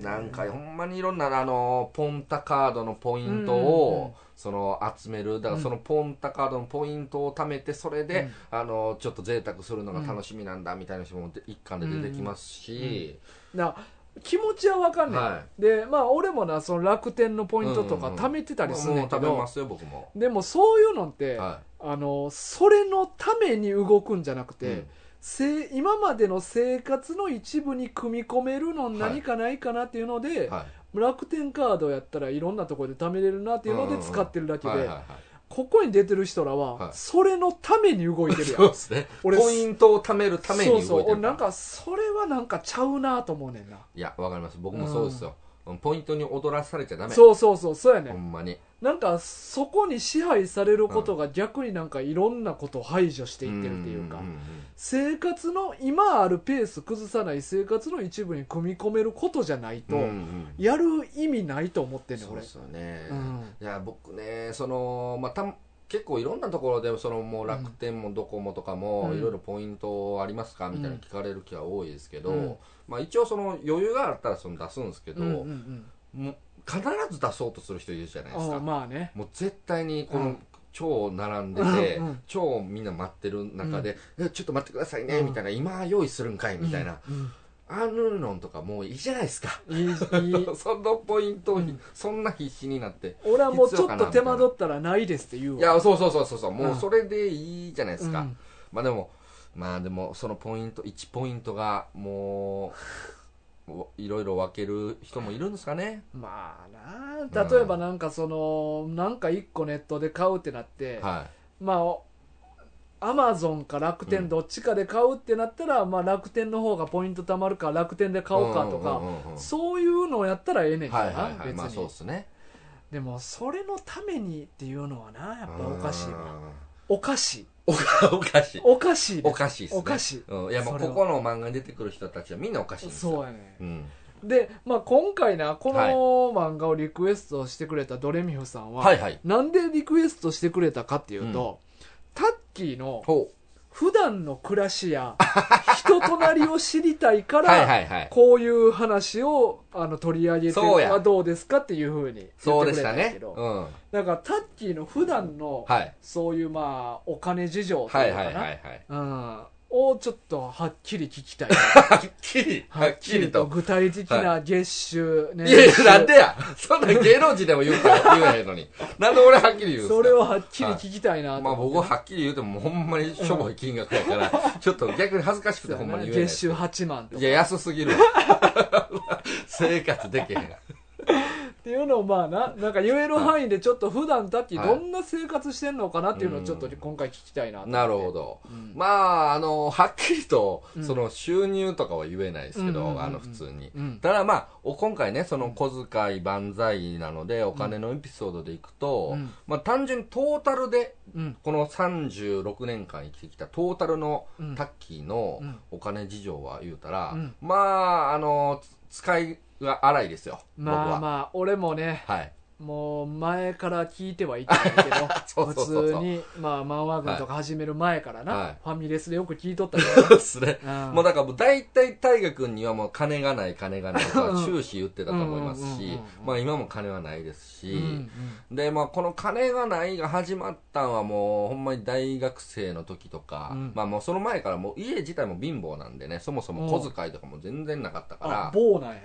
Speaker 1: ーね
Speaker 2: なんかほんまにいろんなあのポンタカードのポイント
Speaker 1: うんうんうん
Speaker 2: をその集めるだか
Speaker 1: うん
Speaker 2: らそのポンタカードのポイントを貯めてそれで、あのちょっと贅沢するのが楽しみなんだみたいな人も一巻で出てきますし、
Speaker 1: だから気持ちはわかんない、
Speaker 2: は
Speaker 1: でまあ俺もなその楽天のポイントとか
Speaker 2: うんうん
Speaker 1: 貯めてたりするね
Speaker 2: も
Speaker 1: ん
Speaker 2: う
Speaker 1: け
Speaker 2: 食
Speaker 1: ど、
Speaker 2: べますよ僕も、
Speaker 1: でもそういうのって、
Speaker 2: は
Speaker 1: あのそれのために動くんじゃなく
Speaker 2: い
Speaker 1: て、せ今までの生活の一部に組み込めるの何かないかなっていうので、
Speaker 2: うんはい
Speaker 1: 楽天カードやったらいろんなところで貯めれるなっていうの
Speaker 2: うんうん
Speaker 1: で
Speaker 2: うん
Speaker 1: 使ってるだけで、
Speaker 2: はいはいはい
Speaker 1: ここに出てる人ら
Speaker 2: は
Speaker 1: はいそれのために動いてるやん、
Speaker 2: そうですね
Speaker 1: 俺
Speaker 2: ポイントを貯めるために動いてる
Speaker 1: そうそう俺なん
Speaker 2: か
Speaker 1: かそれはなんかちゃうなと思うねんない
Speaker 2: やわかります僕もそうですよ、ポイントに踊らされちゃダメ
Speaker 1: そうそうそうそうやね
Speaker 2: ほんまに
Speaker 1: なんかそこに支配されることが逆になんかいろんなことを排除していってるっていうか
Speaker 2: んんん
Speaker 1: 生活の今あるペース崩さない生活の一部に組み込めることじゃないと
Speaker 2: うんうん
Speaker 1: やる意味ないと思ってんねん
Speaker 2: そう
Speaker 1: 俺
Speaker 2: ですよね、
Speaker 1: うん
Speaker 2: いや僕ねその、まあ、た結構いろんなところでそのもう楽天もドコモとかも、
Speaker 1: うん
Speaker 2: いろいろポイントありますかみたいな
Speaker 1: うん
Speaker 2: 聞かれる気は多いですけど、
Speaker 1: うん
Speaker 2: まあ、一応その余裕があったらその出すんですけど、
Speaker 1: うんうんうん
Speaker 2: もう必ず出そうとする人いるじゃないです
Speaker 1: あ
Speaker 2: か、
Speaker 1: あまあね
Speaker 2: もう絶対にこ
Speaker 1: う
Speaker 2: の
Speaker 1: ん
Speaker 2: 超並んでて、
Speaker 1: うんうん
Speaker 2: 超みんな待ってる中で、えちょっと待ってくださいね、
Speaker 1: うん
Speaker 2: みたいな今用意するんかいみたいな、
Speaker 1: うん
Speaker 2: あんのんとかもういいじゃないですか
Speaker 1: いいいい
Speaker 2: そのポイントをひ、
Speaker 1: うん
Speaker 2: そんな必死になって
Speaker 1: 俺はもうちょっと手間取ったらないですって言う
Speaker 2: い
Speaker 1: わ
Speaker 2: やそうそうそうそうそうもううんそれでいいじゃないですか、
Speaker 1: うん
Speaker 2: まあでもまあでもそのポイント1ポイントがもうおいろいろ分ける人もいるんですかね
Speaker 1: まあな例えばなんかそのなんか一個ネットで買うってなって
Speaker 2: は
Speaker 1: まあアマゾンか楽天どっちかで買うってなったら、まあ、楽天の方がポイント貯まるから楽天で
Speaker 2: い
Speaker 1: 買おうかと
Speaker 2: うん
Speaker 1: か、
Speaker 2: うんうんうん
Speaker 1: そういうのをやったらええねんけど
Speaker 2: は
Speaker 1: な、
Speaker 2: いはいはい
Speaker 1: 別に、
Speaker 2: まあそうですね
Speaker 1: でもそれのためにっていうのはなやっぱおかしいわ
Speaker 2: うん
Speaker 1: おかしい
Speaker 2: おかおかしい
Speaker 1: おかしいで
Speaker 2: おかしいですね
Speaker 1: おかしい
Speaker 2: うん、いやもう
Speaker 1: それ
Speaker 2: こ
Speaker 1: は
Speaker 2: この漫画に出てくる人たちはみんなおかしいんですよ
Speaker 1: そうやね
Speaker 2: うん、
Speaker 1: で、まあ、今回なこの漫画をリクエストしてくれたドレミフさんは、
Speaker 2: はいはい
Speaker 1: なんでリクエストしてくれたかっていうと、タッキーの
Speaker 2: ほう
Speaker 1: 普段の暮らしや人となりを知りたいから、
Speaker 2: はいはいはい
Speaker 1: こういう話をあの取り上げて
Speaker 2: そうや
Speaker 1: はどうですかっていうふうに言
Speaker 2: そ
Speaker 1: っ
Speaker 2: う
Speaker 1: て
Speaker 2: で
Speaker 1: く
Speaker 2: し
Speaker 1: れた
Speaker 2: た
Speaker 1: んやけ
Speaker 2: ね
Speaker 1: ど、
Speaker 2: うん
Speaker 1: なんかタッキーの普段の、
Speaker 2: はい
Speaker 1: そういうまあお金事情と
Speaker 2: はいいうはいはい
Speaker 1: か
Speaker 2: はい
Speaker 1: なうんをちょっとはっきり聞きたい
Speaker 2: はっきりはっきりと
Speaker 1: 具体的な月収、
Speaker 2: いやい
Speaker 1: 年
Speaker 2: や
Speaker 1: 収
Speaker 2: なんでやそんな芸能人でも言 うから言えへんのになんで俺はっきり言うんですか
Speaker 1: それをはっきり聞きたいなと
Speaker 2: まあ
Speaker 1: 思っ
Speaker 2: 僕
Speaker 1: て
Speaker 2: ははっきり言うてもほんまにしょぼい金額やから、ちょっと逆に恥ずかしくてほんまに言えない
Speaker 1: 月収8万と
Speaker 2: い
Speaker 1: か
Speaker 2: や安すぎるわ 生活できへん
Speaker 1: っていうのをまあななんか言える範囲でちょっと普段タッキー
Speaker 2: はい
Speaker 1: どんな生活してんのかなっていうのをちょっと今回聞きたいなと思って
Speaker 2: なるほ、ど
Speaker 1: うん
Speaker 2: まああのはっきりと
Speaker 1: うん
Speaker 2: その収入とかは言えないですけ
Speaker 1: うんうんうんうん
Speaker 2: どあの普通に
Speaker 1: うん
Speaker 2: ただまあお今回ねその小遣い万歳なのでお金のエピソードでいくと、
Speaker 1: うん
Speaker 2: まあ単純にトータルで
Speaker 1: うん
Speaker 2: この36年間生きてきたトータルの
Speaker 1: うん
Speaker 2: タッキーの
Speaker 1: うん
Speaker 2: お金事情は言うたら、
Speaker 1: うん
Speaker 2: まああのつ使いが荒いですよ、僕
Speaker 1: まあ
Speaker 2: は、
Speaker 1: まあ俺もね
Speaker 2: はい
Speaker 1: もう前から聞いてはいたんだけど
Speaker 2: そうそうそう
Speaker 1: 普通
Speaker 2: そう
Speaker 1: にまあマンワ軍とか始める前からな、
Speaker 2: はい
Speaker 1: ファミレスでよく聞いとったけど、
Speaker 2: そうですね
Speaker 1: うん
Speaker 2: もうだからもう大体大河君にはもう金がない金がないと
Speaker 1: う
Speaker 2: か
Speaker 1: ん
Speaker 2: 終始言ってたと思います
Speaker 1: うんうんうん
Speaker 2: し
Speaker 1: うん
Speaker 2: まあ今も金はないで
Speaker 1: う
Speaker 2: すし、
Speaker 1: んうん
Speaker 2: でまあこの「金がない」が始まったんはもうほんまに大学生の時とか、
Speaker 1: うん
Speaker 2: まあもうその前からもう家自体も貧乏なんでねそもそも小遣いとかも全然なかったか
Speaker 1: あ
Speaker 2: ら
Speaker 1: 棒なんや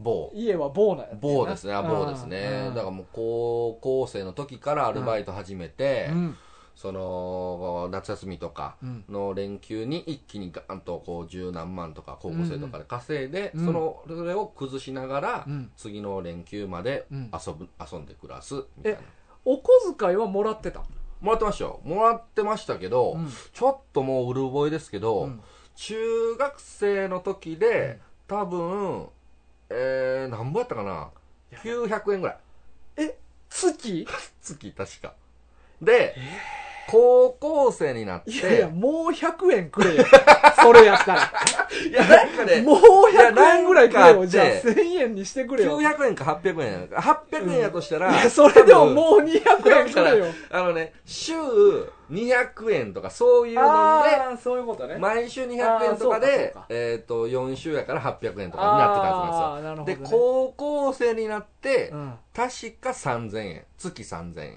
Speaker 2: 某
Speaker 1: 家は棒なんや
Speaker 2: 某ですねあ某です
Speaker 1: う
Speaker 2: ね
Speaker 1: ん
Speaker 2: だからもう高校生の時からアルバイト始めて、
Speaker 1: うん
Speaker 2: その夏休みとか
Speaker 1: うん
Speaker 2: の連休に一気にガーンとこう十何万とか高校生とかで稼いで、
Speaker 1: うん
Speaker 2: そのそれを崩しながら、
Speaker 1: うん
Speaker 2: 次の連休まで
Speaker 1: うん
Speaker 2: 遊ぶ、遊んで暮らすみたいな
Speaker 1: お小遣いはもらってた、
Speaker 2: もらってましたよもらってましたけど、
Speaker 1: うん
Speaker 2: ちょっともううる覚えですけど、
Speaker 1: うん
Speaker 2: 中学生の時で、多分えー、何ぼやったかな900円ぐらい
Speaker 1: え月
Speaker 2: 月確かで、高校生になって
Speaker 1: いやいや、もう100円くれよ。 それやったら。
Speaker 2: いやなんかね
Speaker 1: もう
Speaker 2: いや
Speaker 1: 100円ぐらいくれ
Speaker 2: なんかあっ
Speaker 1: よ。
Speaker 2: て
Speaker 1: じゃあ1000円にしてくれよ。い
Speaker 2: 900円か800円やな800円やとしたら、
Speaker 1: や、それでも
Speaker 2: う
Speaker 1: もう200円くれよ。
Speaker 2: あのね週200円とかそういうの
Speaker 1: ああ、そういうことね。
Speaker 2: で毎週200円とか
Speaker 1: あーそうかそう
Speaker 2: で
Speaker 1: か
Speaker 2: えっ、と4週やから800円とかになってた
Speaker 1: あ
Speaker 2: はず
Speaker 1: ーなる
Speaker 2: な
Speaker 1: ほ
Speaker 2: んです
Speaker 1: ど
Speaker 2: よ、
Speaker 1: ね
Speaker 2: で高校生になって、
Speaker 1: うん
Speaker 2: 確か3000円月3000円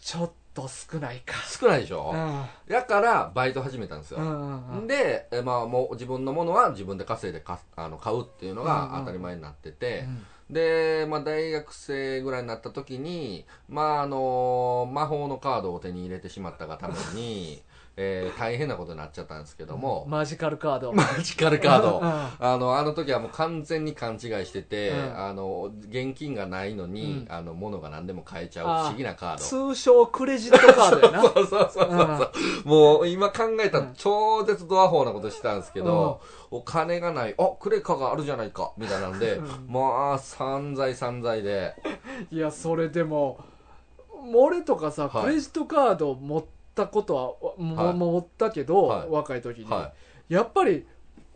Speaker 1: ちょっと少ないか。
Speaker 2: 少ないでしょ、
Speaker 1: うん
Speaker 2: だからバイト始めたんですよ、
Speaker 1: うんうんうん
Speaker 2: で、えまあ、もう自分のものは自分で稼いでかあの買うっていうの
Speaker 1: う
Speaker 2: が
Speaker 1: んうん
Speaker 2: 当たり前になってて、で、まあ、大学生ぐらいになった時に、まああの魔法のカードを手に入れてしまったがために えー大変なことになっちゃったんですけども、
Speaker 1: マジカルカード
Speaker 2: マジカルカード
Speaker 1: うんうん
Speaker 2: あのあの時はもう完全に勘違いしてて、
Speaker 1: うん
Speaker 2: あの現金がないのに、
Speaker 1: う
Speaker 2: あの物が何でも買えちゃう
Speaker 1: あー
Speaker 2: 不思議なカード
Speaker 1: 通称クレジットカードやな
Speaker 2: そうそうそうそうそう。もう今考えたら超絶ドアホなことしてたんですけど、お金がない、あ、クレカがあるじゃないか、みたいなんで、
Speaker 1: うん
Speaker 2: まあ、散財散財で、
Speaker 1: いやそれでももう俺とかさ、
Speaker 2: はい
Speaker 1: クレジットカード持ったことはも、
Speaker 2: はい
Speaker 1: も持ったけど、
Speaker 2: はい
Speaker 1: 若い時に、
Speaker 2: はい。
Speaker 1: やっぱり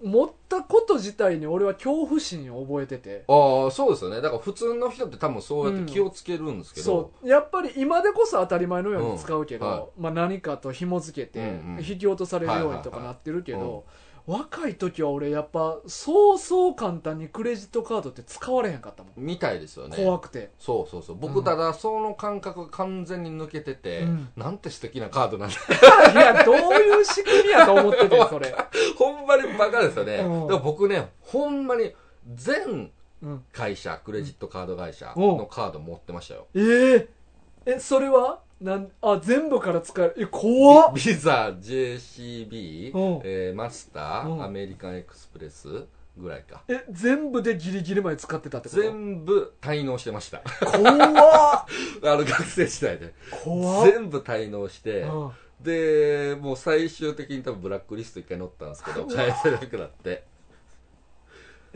Speaker 1: 持ったこと自体に俺は恐怖心を覚えてて
Speaker 2: ああ、そうですよね。だから普通の人って多分そうやって気をつけるんですけど
Speaker 1: そ、うやっぱり今でこそ当たり前のように使うけど、
Speaker 2: うんは
Speaker 1: まあ、何かと紐付けて
Speaker 2: うんうん
Speaker 1: 引き落とされるようにと
Speaker 2: はいはい
Speaker 1: か
Speaker 2: はい
Speaker 1: なってるけど、若い時は俺やっぱそうそう簡単にクレジットカードって使われへんかったもん、
Speaker 2: みたいですよね。
Speaker 1: 怖くて
Speaker 2: そうそうそう。
Speaker 1: う
Speaker 2: 僕
Speaker 1: ん
Speaker 2: ただその感覚が完全に抜けてて、
Speaker 1: うん
Speaker 2: なんて素敵なカードなんだ。
Speaker 1: いやどういう仕組みやと思っててそれ、
Speaker 2: ほんまにバカですよね。
Speaker 1: うん
Speaker 2: だから僕ね、ほんまに全
Speaker 1: うん、
Speaker 2: 会社、クレジットカード会社のカード持ってましたよ。
Speaker 1: えー、えそれはなんあ全部から使えるえ怖っ
Speaker 2: ビザ、JCB
Speaker 1: うん、
Speaker 2: えーマスタ
Speaker 1: うん
Speaker 2: ー、アメリカンエクスプレスぐらいか。
Speaker 1: え全部でギリギリまで使ってたってこと
Speaker 2: 全部滞納してました。 あ
Speaker 1: 怖っ
Speaker 2: の学生時代で。
Speaker 1: 怖っ
Speaker 2: 全部滞納して、
Speaker 1: うん
Speaker 2: で、もう最終的に多分ブラックリスト一回載ったんですけど、返せなくなって。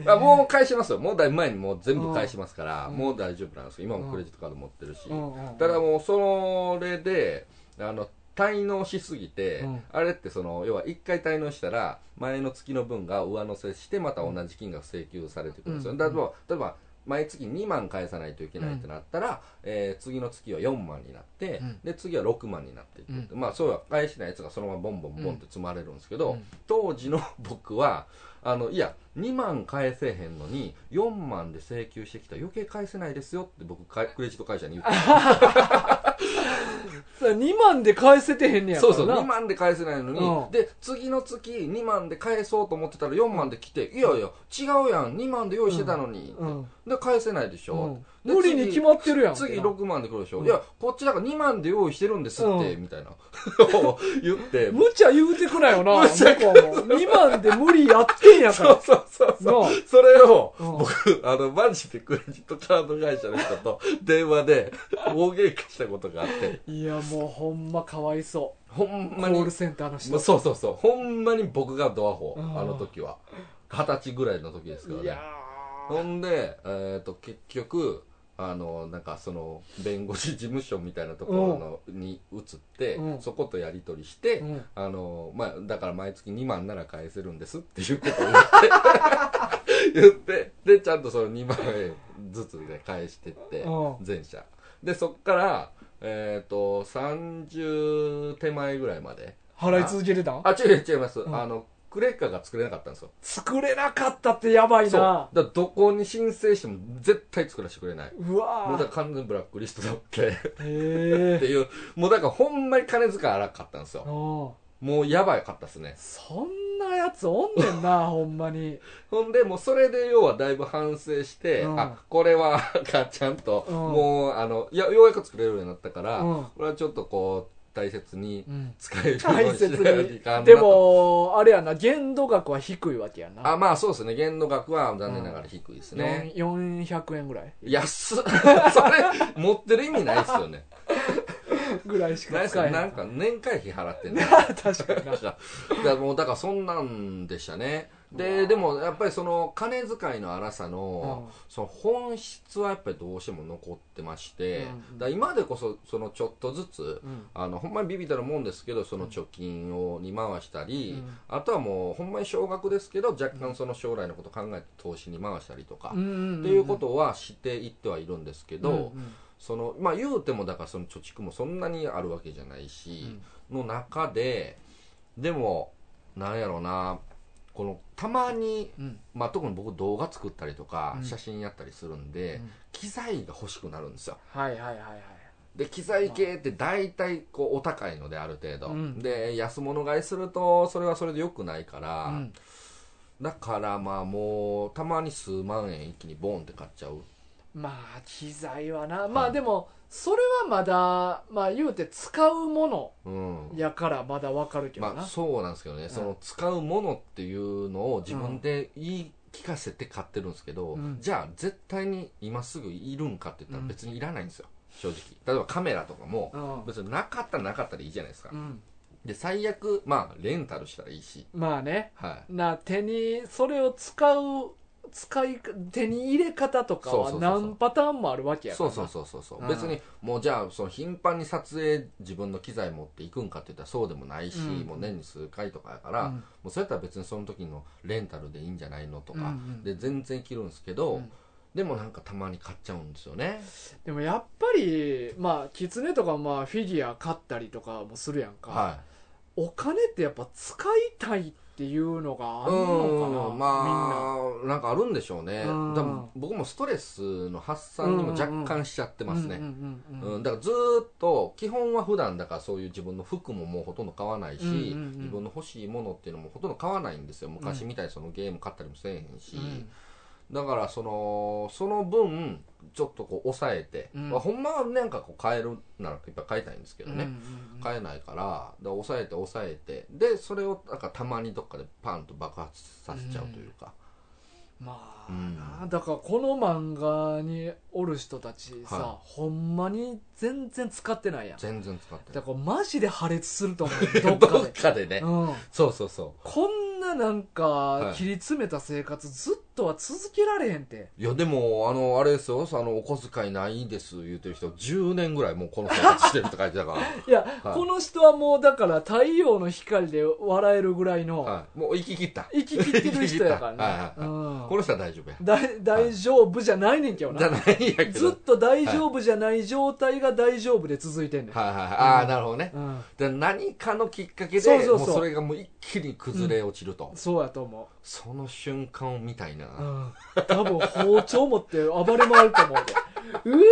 Speaker 2: あもう返しますよ。もうだいぶ前にもう全部返しますから、
Speaker 1: うん
Speaker 2: もう大丈夫なんですけど、今もクレジットカード持ってるし。
Speaker 1: うんうんうん
Speaker 2: ただもうそれであの滞納しすぎて、
Speaker 1: うん
Speaker 2: あれってその要は1回滞納したら前の月の分が上乗せしてまた同じ金額請求されてくるんですよ、
Speaker 1: うん
Speaker 2: だから例えば毎月2万返さないといけないってなったら、えー次の月は4万になって、
Speaker 1: うん
Speaker 2: で次は6万になっていって、まあそうは返しないやつがそのままボンボンボンって積まれるんですけど、
Speaker 1: うん
Speaker 2: 当時の 僕はあのいや2万返せへんのに4万で請求してきたら余計返せないですよって僕かクレジット会社に言って
Speaker 1: 2万で返せてへんねやか
Speaker 2: そ
Speaker 1: ら
Speaker 2: う
Speaker 1: な
Speaker 2: そう2万で返せないのに、
Speaker 1: うん
Speaker 2: で次の月2万で返そうと思ってたら4万で来て、いやいや違うやん2万で用意してたのに、
Speaker 1: うん
Speaker 2: で返せないでし
Speaker 1: う
Speaker 2: ょ、
Speaker 1: ん
Speaker 2: で
Speaker 1: 無理に決まってるやん
Speaker 2: 次
Speaker 1: みたいな
Speaker 2: 6万で来るでしょ、
Speaker 1: うん
Speaker 2: いやこっちだから2万で用意してるんですって、
Speaker 1: う
Speaker 2: みたいな 言って
Speaker 1: 無茶言うてくなよな
Speaker 2: 無茶
Speaker 1: 向こうも2万で無理やってんやか
Speaker 2: そう
Speaker 1: ら
Speaker 2: そうそう そう
Speaker 1: なあ
Speaker 2: それを、
Speaker 1: うん
Speaker 2: 僕、あの、マジでクレジットカード会社の人と電話で大喧嘩したことがあって、
Speaker 1: いやもうほんまかわいそ
Speaker 2: ほん
Speaker 1: うコ
Speaker 2: まに
Speaker 1: ールセンターの人
Speaker 2: まあそうそうそうほんまに僕がドアホ
Speaker 1: うん
Speaker 2: あの時は二十歳ぐらいの時ですから
Speaker 1: いや
Speaker 2: ねほんで、えー、と結局あのなんかその弁護士事務所みたいなところのに移って、
Speaker 1: うん
Speaker 2: そことやり取りして、
Speaker 1: ーうん
Speaker 2: あのまあ、だから毎月2万なら返せるんですっていうことを言って 言ってでちゃんとその2万円ずつで返してって
Speaker 1: う
Speaker 2: 全社でそっから、えー、と30手前ぐらいまで
Speaker 1: 払い続けてたん
Speaker 2: あ、違う違います。
Speaker 1: ん
Speaker 2: あの、クレカが作れなかったんですよ。
Speaker 1: 作れなかったってやばい
Speaker 2: そう。だ
Speaker 1: な
Speaker 2: からどこに申請しても絶対作らせてくれない。
Speaker 1: う
Speaker 2: もう
Speaker 1: わ
Speaker 2: だから完全にブラックリストだって、 っ
Speaker 1: ー
Speaker 2: て
Speaker 1: へえ
Speaker 2: いう。もうだからほんまに金遣い荒かったんですよ。
Speaker 1: そ
Speaker 2: もうやばいかったですね。
Speaker 1: んなやつおんねん なほんまに
Speaker 2: ほんで、もうそれで要はだいぶ反省して、
Speaker 1: うん
Speaker 2: あ、これは、かちゃんと、
Speaker 1: うん
Speaker 2: もう、あの、いや、ようやく作れるようになったから、
Speaker 1: うん
Speaker 2: これはちょっとこう、大切に
Speaker 1: うん
Speaker 2: 使えるよう
Speaker 1: 大
Speaker 2: にし
Speaker 1: 切
Speaker 2: ないように
Speaker 1: に
Speaker 2: 頑張ろうと
Speaker 1: でもあれやな限度額は低いわけやな
Speaker 2: あ、まあそうですね。限度額は残念ながら低いですね。
Speaker 1: よん400円ぐらい
Speaker 2: 安っ それ持ってる意味ないっすよ ね
Speaker 1: ぐらいし
Speaker 2: ない
Speaker 1: か
Speaker 2: っす
Speaker 1: 使え
Speaker 2: よ
Speaker 1: へん
Speaker 2: なんか年会費払ってんの
Speaker 1: 確かにな
Speaker 2: だからもうだからそんなんでしたねででもやっぱりその金遣いの荒さの,、
Speaker 1: うん
Speaker 2: その本質はやっぱりどうしても残ってまして、
Speaker 1: うん
Speaker 2: だから今でこそそのちょっとずつ、
Speaker 1: うん
Speaker 2: あのほんまにビビたるもんですけどその貯金をに回したり、
Speaker 1: うん
Speaker 2: あとはもうほんまに少額ですけど若干その将来のこと考えて投資に回したりとか、っていうことはしていってはいるんですけど、
Speaker 1: うんうん
Speaker 2: そのまあ言うてもだからその貯蓄もそんなにあるわけじゃないし、の中ででもなんやろうなこのたまに、
Speaker 1: うん
Speaker 2: まあ、特に僕動画作ったりとか、
Speaker 1: うん
Speaker 2: 写真やったりするんで、
Speaker 1: うん
Speaker 2: 機材が欲しくなるんですよ
Speaker 1: はいはいはいはい
Speaker 2: で機材系って大体こうお高いのである程度、
Speaker 1: うん
Speaker 2: で安物買いするとそれはそれで良くないから、
Speaker 1: うん
Speaker 2: だからまあもうたまに数万円一気にボンって買っちゃう
Speaker 1: まあ機材はなまあでもそれはまだまあ言うて使うもの
Speaker 2: うん
Speaker 1: やからまだわかるけどな、
Speaker 2: まあそうなんですけどね、その使うものっていうのを自分で言い聞かせて買ってるんですけど、
Speaker 1: うん
Speaker 2: じゃあ絶対に今すぐいるんかって言った
Speaker 1: うん
Speaker 2: ら別にいらないんですよ、正直例えばカメラとかも
Speaker 1: うん
Speaker 2: 別になかったらなかったらいいじゃないですか、
Speaker 1: うん、
Speaker 2: で最悪まあレンタルしたらいいし
Speaker 1: まあね
Speaker 2: はい
Speaker 1: な手にそれを使う使い手に入れ方とかは
Speaker 2: そうそうそうそう
Speaker 1: 何パターンもあるわけやか
Speaker 2: そ
Speaker 1: ら
Speaker 2: う
Speaker 1: な
Speaker 2: そうそうそうそう
Speaker 1: うん
Speaker 2: 別にもうじゃあその頻繁に撮影自分の機材持っていくんかって言ったらそうでもないし、
Speaker 1: うん
Speaker 2: もう年に数回とかやから、
Speaker 1: うん
Speaker 2: もうそれやったら別にその時のレンタルでいいんじゃないのとか、
Speaker 1: うんうん
Speaker 2: で全然着るんですけど、
Speaker 1: うん
Speaker 2: でもなんかたまに買っちゃうんですよね
Speaker 1: でもやっぱりまあキツネとかまあフィギュア買ったりとかもするやんか、
Speaker 2: は
Speaker 1: お金ってやっぱ使いたいっていうのが
Speaker 2: い
Speaker 1: あるのか
Speaker 2: う
Speaker 1: な、
Speaker 2: んまあなんかあるんでしょうね、
Speaker 1: うん
Speaker 2: 多分僕もストレスの発散にも若干しちゃって
Speaker 1: みんな
Speaker 2: ますね、
Speaker 1: うんうんうんうん
Speaker 2: うん、だからずーっと基本は普段だからそういう自分の服ももうほとんど買わないし、
Speaker 1: うんうんうん
Speaker 2: 自分の欲しいものっていうのもほとんど買わないんですよ昔みたいにそのゲーム買ったりもせえへんし、
Speaker 1: うん
Speaker 2: だからそのその分ちょっとこう抑えて、
Speaker 1: うん
Speaker 2: まあ、ほんまはなんかこう買えるならいっぱい買いたいんですけど
Speaker 1: うんう
Speaker 2: ね、
Speaker 1: んうん
Speaker 2: 買えないからだから抑えて抑えてでそれをなんかたまにどっかでパンと爆発させちゃうというか、
Speaker 1: まあ
Speaker 2: うん
Speaker 1: なだからこの漫画におる人たちさ、
Speaker 2: は
Speaker 1: ほんまに全然使ってないやん
Speaker 2: 全然使ってな
Speaker 1: だ
Speaker 2: い
Speaker 1: からマジで破裂すると思うどっか
Speaker 2: どっ
Speaker 1: で、
Speaker 2: かでね、
Speaker 1: うん、
Speaker 2: そうそうそう
Speaker 1: こんななん
Speaker 2: は
Speaker 1: か
Speaker 2: い
Speaker 1: 切り詰めた生活ずっとは続けられへんて
Speaker 2: いやでもあのあれですよあのお小遣いないです言ってる人10年ぐらいもうこの生活してるって書いてたか
Speaker 1: いや、
Speaker 2: はい
Speaker 1: この人はもうだから太陽の光で笑えるぐらい
Speaker 2: ら、
Speaker 1: の
Speaker 2: はい、もう行き切った
Speaker 1: 生き切ってる人やからね
Speaker 2: はいは
Speaker 1: うん
Speaker 2: この人は大丈夫や
Speaker 1: だい大丈夫じゃないねんけど
Speaker 2: じゃ
Speaker 1: な
Speaker 2: ないんやけど
Speaker 1: ずっと大丈夫じゃない状態が大丈夫で続いてんねん、
Speaker 2: はいはいはいああなるほどね
Speaker 1: うん、
Speaker 2: で何かのきっかけで
Speaker 1: そうそうそう
Speaker 2: もうそれがもう一気に崩れ落ちると、
Speaker 1: そうやと思
Speaker 2: その瞬間を見たいな、
Speaker 1: う、うん、多分包丁持って暴れ回ると思 うでうわ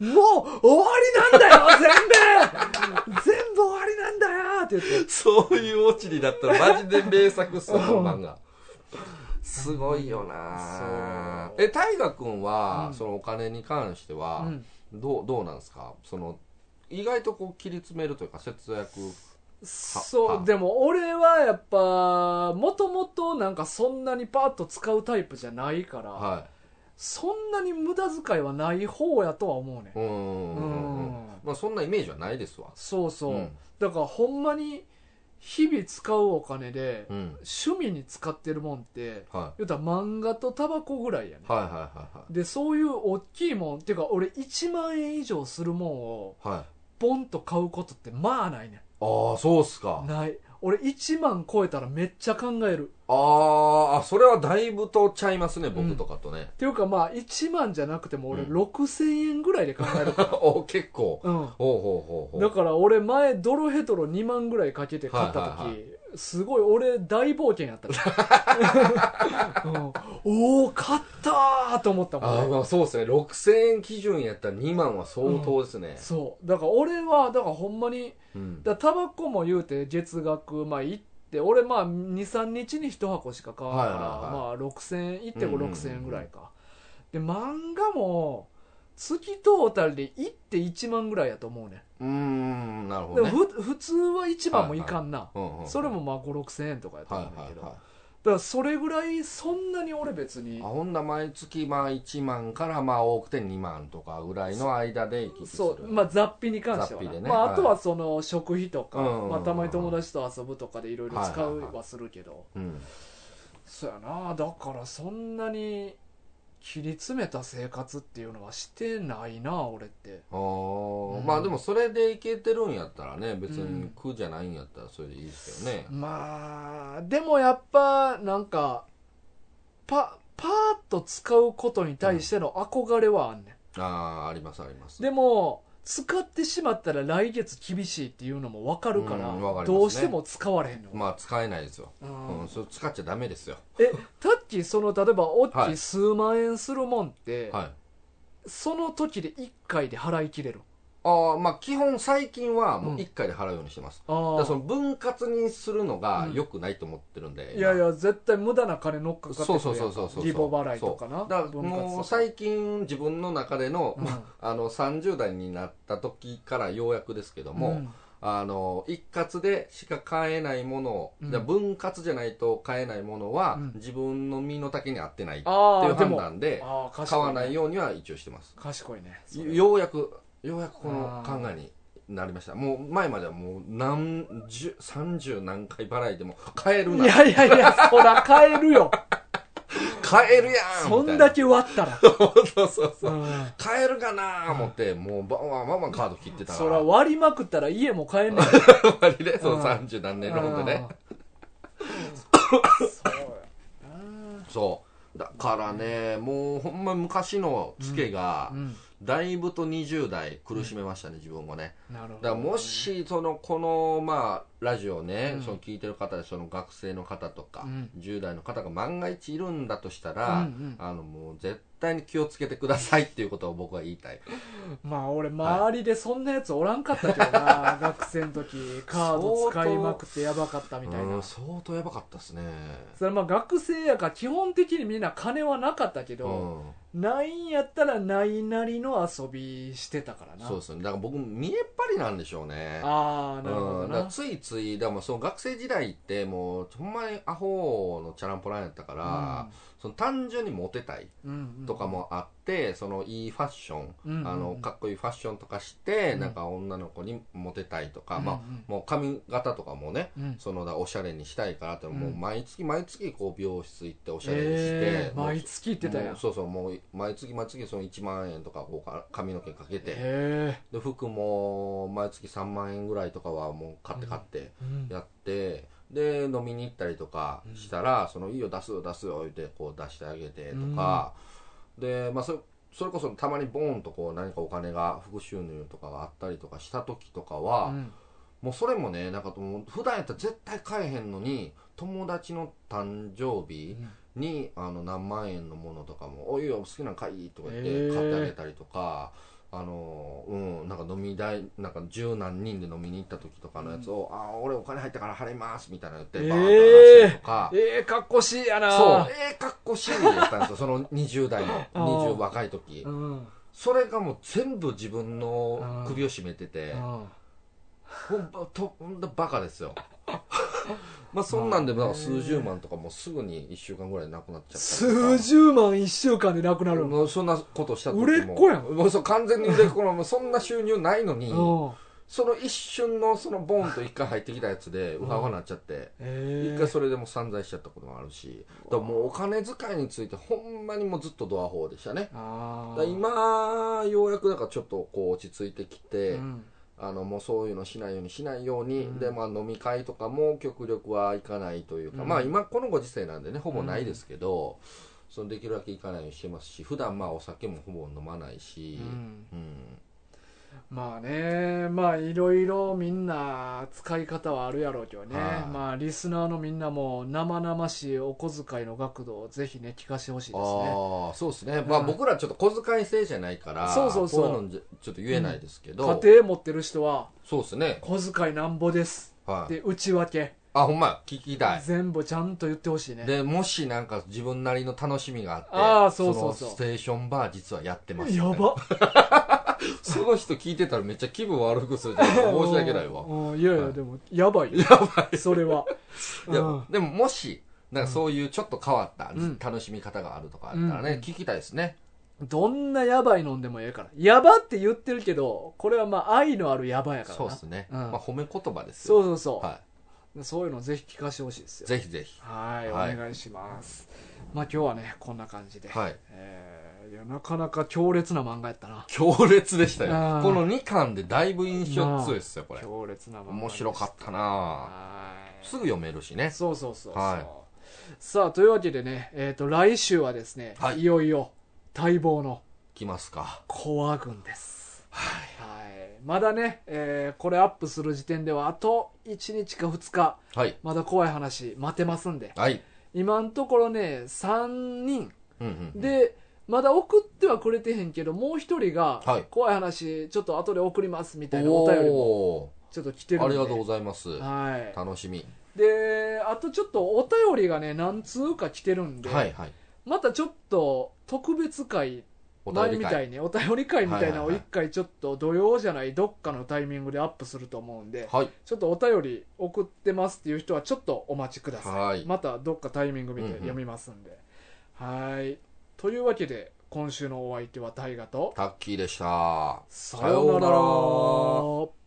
Speaker 1: ーもう終わりなんだよ全部 全部終わりなんだよって言って
Speaker 2: そういうオチになったらマジで名作っすよこの漫画すごいよな
Speaker 1: そう
Speaker 2: え大河君は、
Speaker 1: うん
Speaker 2: そのお金に関しては、
Speaker 1: うん
Speaker 2: どうどうなんですかその意外とこう切り詰めるというか節約は
Speaker 1: そ
Speaker 2: は
Speaker 1: うでも俺はやっぱもともとなんかそんなにパッと使うタイプじゃないから、
Speaker 2: は
Speaker 1: そんなに無駄遣いはない方やとは思うね
Speaker 2: いうんうんうんうん
Speaker 1: うん
Speaker 2: まあそんなイメージはないですわ
Speaker 1: そうそう、
Speaker 2: うん
Speaker 1: だからほんまに日々使うお金で
Speaker 2: うん
Speaker 1: 趣味に使ってるもんって
Speaker 2: はい
Speaker 1: 言うたら漫画とタバコぐらいやね
Speaker 2: はいはいはいは
Speaker 1: でそういう大きいもんっていうか俺1万円以上するもんを
Speaker 2: いはいあ
Speaker 1: ポンと買うことってまあないね
Speaker 2: あーそうっすか
Speaker 1: んない俺1万超えたらめっちゃ考える
Speaker 2: あーあそれはだいぶとちゃいますね僕とかとね、
Speaker 1: っていうかまあ1万じゃなくても俺
Speaker 2: うん
Speaker 1: 6000円ぐらいで考える から
Speaker 2: お結構
Speaker 1: うん
Speaker 2: ほうほうほうほう
Speaker 1: だから俺前ドロヘトロ2万ぐらいかけて買った時、
Speaker 2: はいはいは
Speaker 1: すごい俺大冒険やった で、うんおお買ったーと思ったも
Speaker 2: ああ
Speaker 1: んね
Speaker 2: まあそうですね6000円基準やったら2万は相当ですね、
Speaker 1: そうだから俺はだからほんまに
Speaker 2: うん
Speaker 1: だからタバコも言うて月額まあ行って俺まあ23日に1箱しか買わんから、
Speaker 2: はいはい
Speaker 1: まあ6000円
Speaker 2: うんうんうん
Speaker 1: 1.56000円ぐらいか、で漫画も月トータルで1.1万ぐらいやと思うね
Speaker 2: うーんなるほ
Speaker 1: で
Speaker 2: ど
Speaker 1: も
Speaker 2: ね
Speaker 1: ふ普通は1万もいかんな、
Speaker 2: うんうん
Speaker 1: それもまあ5 6千円とかやと
Speaker 2: は
Speaker 1: 思
Speaker 2: い
Speaker 1: うんだ
Speaker 2: は
Speaker 1: け
Speaker 2: い
Speaker 1: ど、
Speaker 2: はい
Speaker 1: だからそれぐらいそんなに俺別に
Speaker 2: あほんなら毎月まあ1万からまあ多くて2万とかぐらいの間で行き来する
Speaker 1: そうまあ雑費に関しては
Speaker 2: 雑
Speaker 1: な、
Speaker 2: 費でね
Speaker 1: ま
Speaker 2: は
Speaker 1: あ、
Speaker 2: い
Speaker 1: あとはその食費とか、
Speaker 2: うんうんうん
Speaker 1: まあ、たまに友達と遊ぶとかでいろいろ使
Speaker 2: はいうはいはい
Speaker 1: はするけど、
Speaker 2: うん、
Speaker 1: そうやなだからそんなに切り詰めた生活っていうのはしてないな俺って
Speaker 2: あー
Speaker 1: うん
Speaker 2: まあでもそれでいけてるんやったらね別
Speaker 1: う
Speaker 2: に
Speaker 1: ん
Speaker 2: 苦じゃないんやったらそれでいいですけどね、
Speaker 1: まあでもやっぱなんかパパーッと使うことに対しての憧れはあんねん
Speaker 2: ああありますあります
Speaker 1: でも使ってしまったら来月厳しいっていうのも分かるから,、
Speaker 2: うんわかりますね
Speaker 1: どうしても使われへんの、
Speaker 2: まあ使えないですよ、
Speaker 1: う
Speaker 2: うんんそれ使っちゃダメですよ
Speaker 1: えタッキーその例えばおっ
Speaker 2: は
Speaker 1: き
Speaker 2: い
Speaker 1: 数万円するもんって、
Speaker 2: はい
Speaker 1: その時で1回で払い切れる
Speaker 2: ああまあ基本最近はもう1回で払うようにしてます、だ
Speaker 1: あ
Speaker 2: から
Speaker 1: あ
Speaker 2: その分割にするのが良くないと思ってるんで、
Speaker 1: いやいや絶対無駄な金乗っかかってくる
Speaker 2: そ
Speaker 1: や
Speaker 2: うんそうそうそうそう
Speaker 1: リボ払いとかな
Speaker 2: そうだからもう最近自分の中での,、
Speaker 1: うん
Speaker 2: ま あ、あの30代になった時からようやくですけども、あの一括でしか買えないものを、
Speaker 1: うん
Speaker 2: じゃあ分割じゃないと買えないものは、
Speaker 1: うん
Speaker 2: 自分の身の丈に合ってないって
Speaker 1: あ
Speaker 2: い
Speaker 1: あ
Speaker 2: う判断
Speaker 1: で
Speaker 2: で
Speaker 1: もああ賢
Speaker 2: 買わない
Speaker 1: ね
Speaker 2: ようには一応してます
Speaker 1: 賢いねそれ
Speaker 2: ようやくようやくこ
Speaker 1: あ
Speaker 2: の考
Speaker 1: ー
Speaker 2: えになりましたもう前まではもう何十三十何回払いでも買える
Speaker 1: い
Speaker 2: な
Speaker 1: やいやいやそら買えるよ
Speaker 2: 買えるやん
Speaker 1: そ
Speaker 2: みた
Speaker 1: ん
Speaker 2: いな
Speaker 1: だけ割ったら
Speaker 2: そうそうそう
Speaker 1: うん
Speaker 2: 買えるかなー思ってもうバンバンバンバンカード切ってたか
Speaker 1: そ
Speaker 2: ら
Speaker 1: ら割りまくったら家も買えんねん
Speaker 2: 終わりでその三十何年ローンでね
Speaker 1: うんそうやな
Speaker 2: そうだからねもうほんま昔のツケが
Speaker 1: うん
Speaker 2: だいぶと20代苦しめましたね自分もね
Speaker 1: なるほど
Speaker 2: だからもしそのこのまあラジオね
Speaker 1: うん
Speaker 2: その聞いてる方でその学生の方とか
Speaker 1: うん
Speaker 2: 10代の方が万が一いるんだとした
Speaker 1: う
Speaker 2: ら
Speaker 1: ん
Speaker 2: あのもう絶対に気をつけてくださいっていうことを僕は言いたい
Speaker 1: まあ俺周りでそんなやつおらんかったけどな、学生の時カード使いまくってやばかったみたいな、
Speaker 2: うん相当やばかったですね
Speaker 1: それまあ学生やから基本的にみんな金はなかったけ
Speaker 2: う
Speaker 1: ど、
Speaker 2: ん
Speaker 1: ないんやったらないなりの遊びしてたからな
Speaker 2: そうですねだから僕見えっ張りなんでしょうね
Speaker 1: ああなるほ
Speaker 2: う
Speaker 1: ど
Speaker 2: んだか
Speaker 1: な、
Speaker 2: らついついだからもうその学生時代ってもうほんまにアホのチャランポランやったから、その単純にモテたい
Speaker 1: うんうん
Speaker 2: とかもあって、そのいいファッション、
Speaker 1: うんうんうん
Speaker 2: あのかっこいいファッションとかして、
Speaker 1: うん
Speaker 2: なんか女の子にモテたいとか、
Speaker 1: うんうん
Speaker 2: まあ、もう髪型とかもね
Speaker 1: うん
Speaker 2: そのだおしゃれにしたいからって、もううん毎月毎月こう美容室行っておしゃれにして、
Speaker 1: えー、
Speaker 2: もう
Speaker 1: 毎月行ってたや
Speaker 2: も
Speaker 1: ん
Speaker 2: うそうそうもう毎月毎月その1万円とかこうか髪の毛かけて、
Speaker 1: へ
Speaker 2: で服も毎月3万円ぐらいとかはもう買って買って
Speaker 1: えうん
Speaker 2: やって、で飲みに行ったりとかしたら「そのいいよ出すよ出すよ」言ってこう出してあげてとか、で、まあ、そそれこそたまにボーンとこう何かお金が副収入とかがあったりとかした時とかは、
Speaker 1: うん
Speaker 2: もうそれもねなんかもう普段やったら絶対買えへんのに友達の誕生日に、あの何万円のものとかも「おいいよ好きなの買い」とか言っ
Speaker 1: へ
Speaker 2: て
Speaker 1: ー
Speaker 2: 買ってあげたりとか。あのうん、なんか飲み代なんか十何人で飲みに行った時とかのやつを「あー俺お金入ったから払います」みたいなの言ってバーンと話したりとか、
Speaker 1: ええかっこしいやな
Speaker 2: そうええかっこしいやったんですよその20代の
Speaker 1: あー
Speaker 2: 20若い時、
Speaker 1: うん、うん
Speaker 2: それがもう全部自分の首を絞めてて、ほんまとほんとバカですよ まあそんなんでなんか数十万とかもうすぐに1週間ぐらいなくなっちゃった
Speaker 1: 数十万一週間でなくなるの
Speaker 2: もうそんなことした時も
Speaker 1: 売れっ子やん
Speaker 2: もうそう完全に売れっ子のもうそんな収入ないのに
Speaker 1: うん
Speaker 2: その一瞬のそのボンと一回入ってきたやつでうわうわなっちゃって
Speaker 1: え
Speaker 2: 一
Speaker 1: え
Speaker 2: 回それでもう散財しちゃったこともあるしだからもうお金遣いについてほんまにもうずっとドアホーでしたね
Speaker 1: あ
Speaker 2: だか
Speaker 1: あ
Speaker 2: ら今ようやくだからちょっとこう落ち着いてきて、
Speaker 1: うん
Speaker 2: あのもうそういうのしないようにしないように、
Speaker 1: うん
Speaker 2: でまあ飲み会とかも極力は行かないというか、
Speaker 1: うん
Speaker 2: まあ今このご時世なんでねほぼないですけど、そのできるだけ行かないようにしてますし普段まあお酒もほぼ飲まないし、
Speaker 1: うん
Speaker 2: うん
Speaker 1: まあねまあいろいろみんな使い方はあるやろうけどね、
Speaker 2: はい
Speaker 1: まあリスナーのみんなも生々しいお小遣いの額度をぜひね聞かせてほしいですね
Speaker 2: ああそうですね、まあ
Speaker 1: うん
Speaker 2: 僕らちょっと小遣い制じゃないから
Speaker 1: そうそうそう
Speaker 2: こいうのじゃちょっと言えないですけど、
Speaker 1: 家庭持ってる人は
Speaker 2: そうですね
Speaker 1: 小遣いなんぼです
Speaker 2: はい
Speaker 1: で内訳、
Speaker 2: あほんまや聞きたい
Speaker 1: 全部ちゃんと言ってほしいね
Speaker 2: でもしなんか自分なりの楽しみがあって
Speaker 1: あーそうそうそう
Speaker 2: のステーションバー実はやってますみたい
Speaker 1: や
Speaker 2: な
Speaker 1: ば
Speaker 2: その人聞いてたらめっちゃ気分悪くするじゃん申し訳ないわ
Speaker 1: うんうんいやい
Speaker 2: は
Speaker 1: や
Speaker 2: い
Speaker 1: でもやばいよそれはい
Speaker 2: や
Speaker 1: うん
Speaker 2: でももしなんかそういうちょっと変わった
Speaker 1: うん
Speaker 2: 楽しみ方があるとかあったらね、
Speaker 1: うん
Speaker 2: 聞きたいですね、
Speaker 1: どんなやばい飲んでもええからやばって言ってるけどこれはまあ愛のあるやばやからな
Speaker 2: そうですね、
Speaker 1: うん
Speaker 2: まあ、褒め言葉です
Speaker 1: そ
Speaker 2: よ
Speaker 1: うそうそう、
Speaker 2: は
Speaker 1: そういうのぜひ聞かせてほしいです
Speaker 2: い、
Speaker 1: よ
Speaker 2: ぜひぜひ
Speaker 1: はい
Speaker 2: はい
Speaker 1: お願いしますまあ今日はねこんな感じで、
Speaker 2: はい
Speaker 1: えーいやなかなか強烈な漫画やったな
Speaker 2: 強烈でしたよ
Speaker 1: あー
Speaker 2: この2巻でだいぶ印象強いですよこれ
Speaker 1: 強烈な漫画
Speaker 2: 面白かったな
Speaker 1: はい
Speaker 2: すぐ読めるしね
Speaker 1: そうそうそうそう、
Speaker 2: はい
Speaker 1: さあというわけでね、えー、と来週はですね、
Speaker 2: はい
Speaker 1: い、よいよ待望の
Speaker 2: 来ますか
Speaker 1: コア軍ですはい、まだね、えーこれアップする時点ではあと1日か2日
Speaker 2: はい
Speaker 1: まだ怖い話待てますんで
Speaker 2: はい
Speaker 1: 今のところね3人
Speaker 2: うんうん
Speaker 1: でまだ送ってはくれてへんけどもう一人が
Speaker 2: はい
Speaker 1: 怖い話ちょっと後で送りますみたいなお便りも
Speaker 2: お
Speaker 1: ちょっと来て
Speaker 2: ー
Speaker 1: るん
Speaker 2: あ
Speaker 1: で
Speaker 2: りがとうございます
Speaker 1: は
Speaker 2: 楽しみ
Speaker 1: いであとちょっとお便りがね何通か来てるんで、
Speaker 2: はいはい
Speaker 1: またちょっと特別会
Speaker 2: お
Speaker 1: 前
Speaker 2: 便り
Speaker 1: みた
Speaker 2: 会
Speaker 1: いにお便り会みたいなの
Speaker 2: はいはい
Speaker 1: を
Speaker 2: はい
Speaker 1: 一回ちょっと土曜じゃないどっかのタイミングでアップすると思うんで
Speaker 2: はい
Speaker 1: ちょっとお便り送ってますっていう人はちょっとお待ちください
Speaker 2: はい
Speaker 1: またどっかタイミング見て読みますんで、はいというわけで今週のお相手は大河と
Speaker 2: タッキーでした
Speaker 1: さ
Speaker 2: ようなら
Speaker 1: ようなら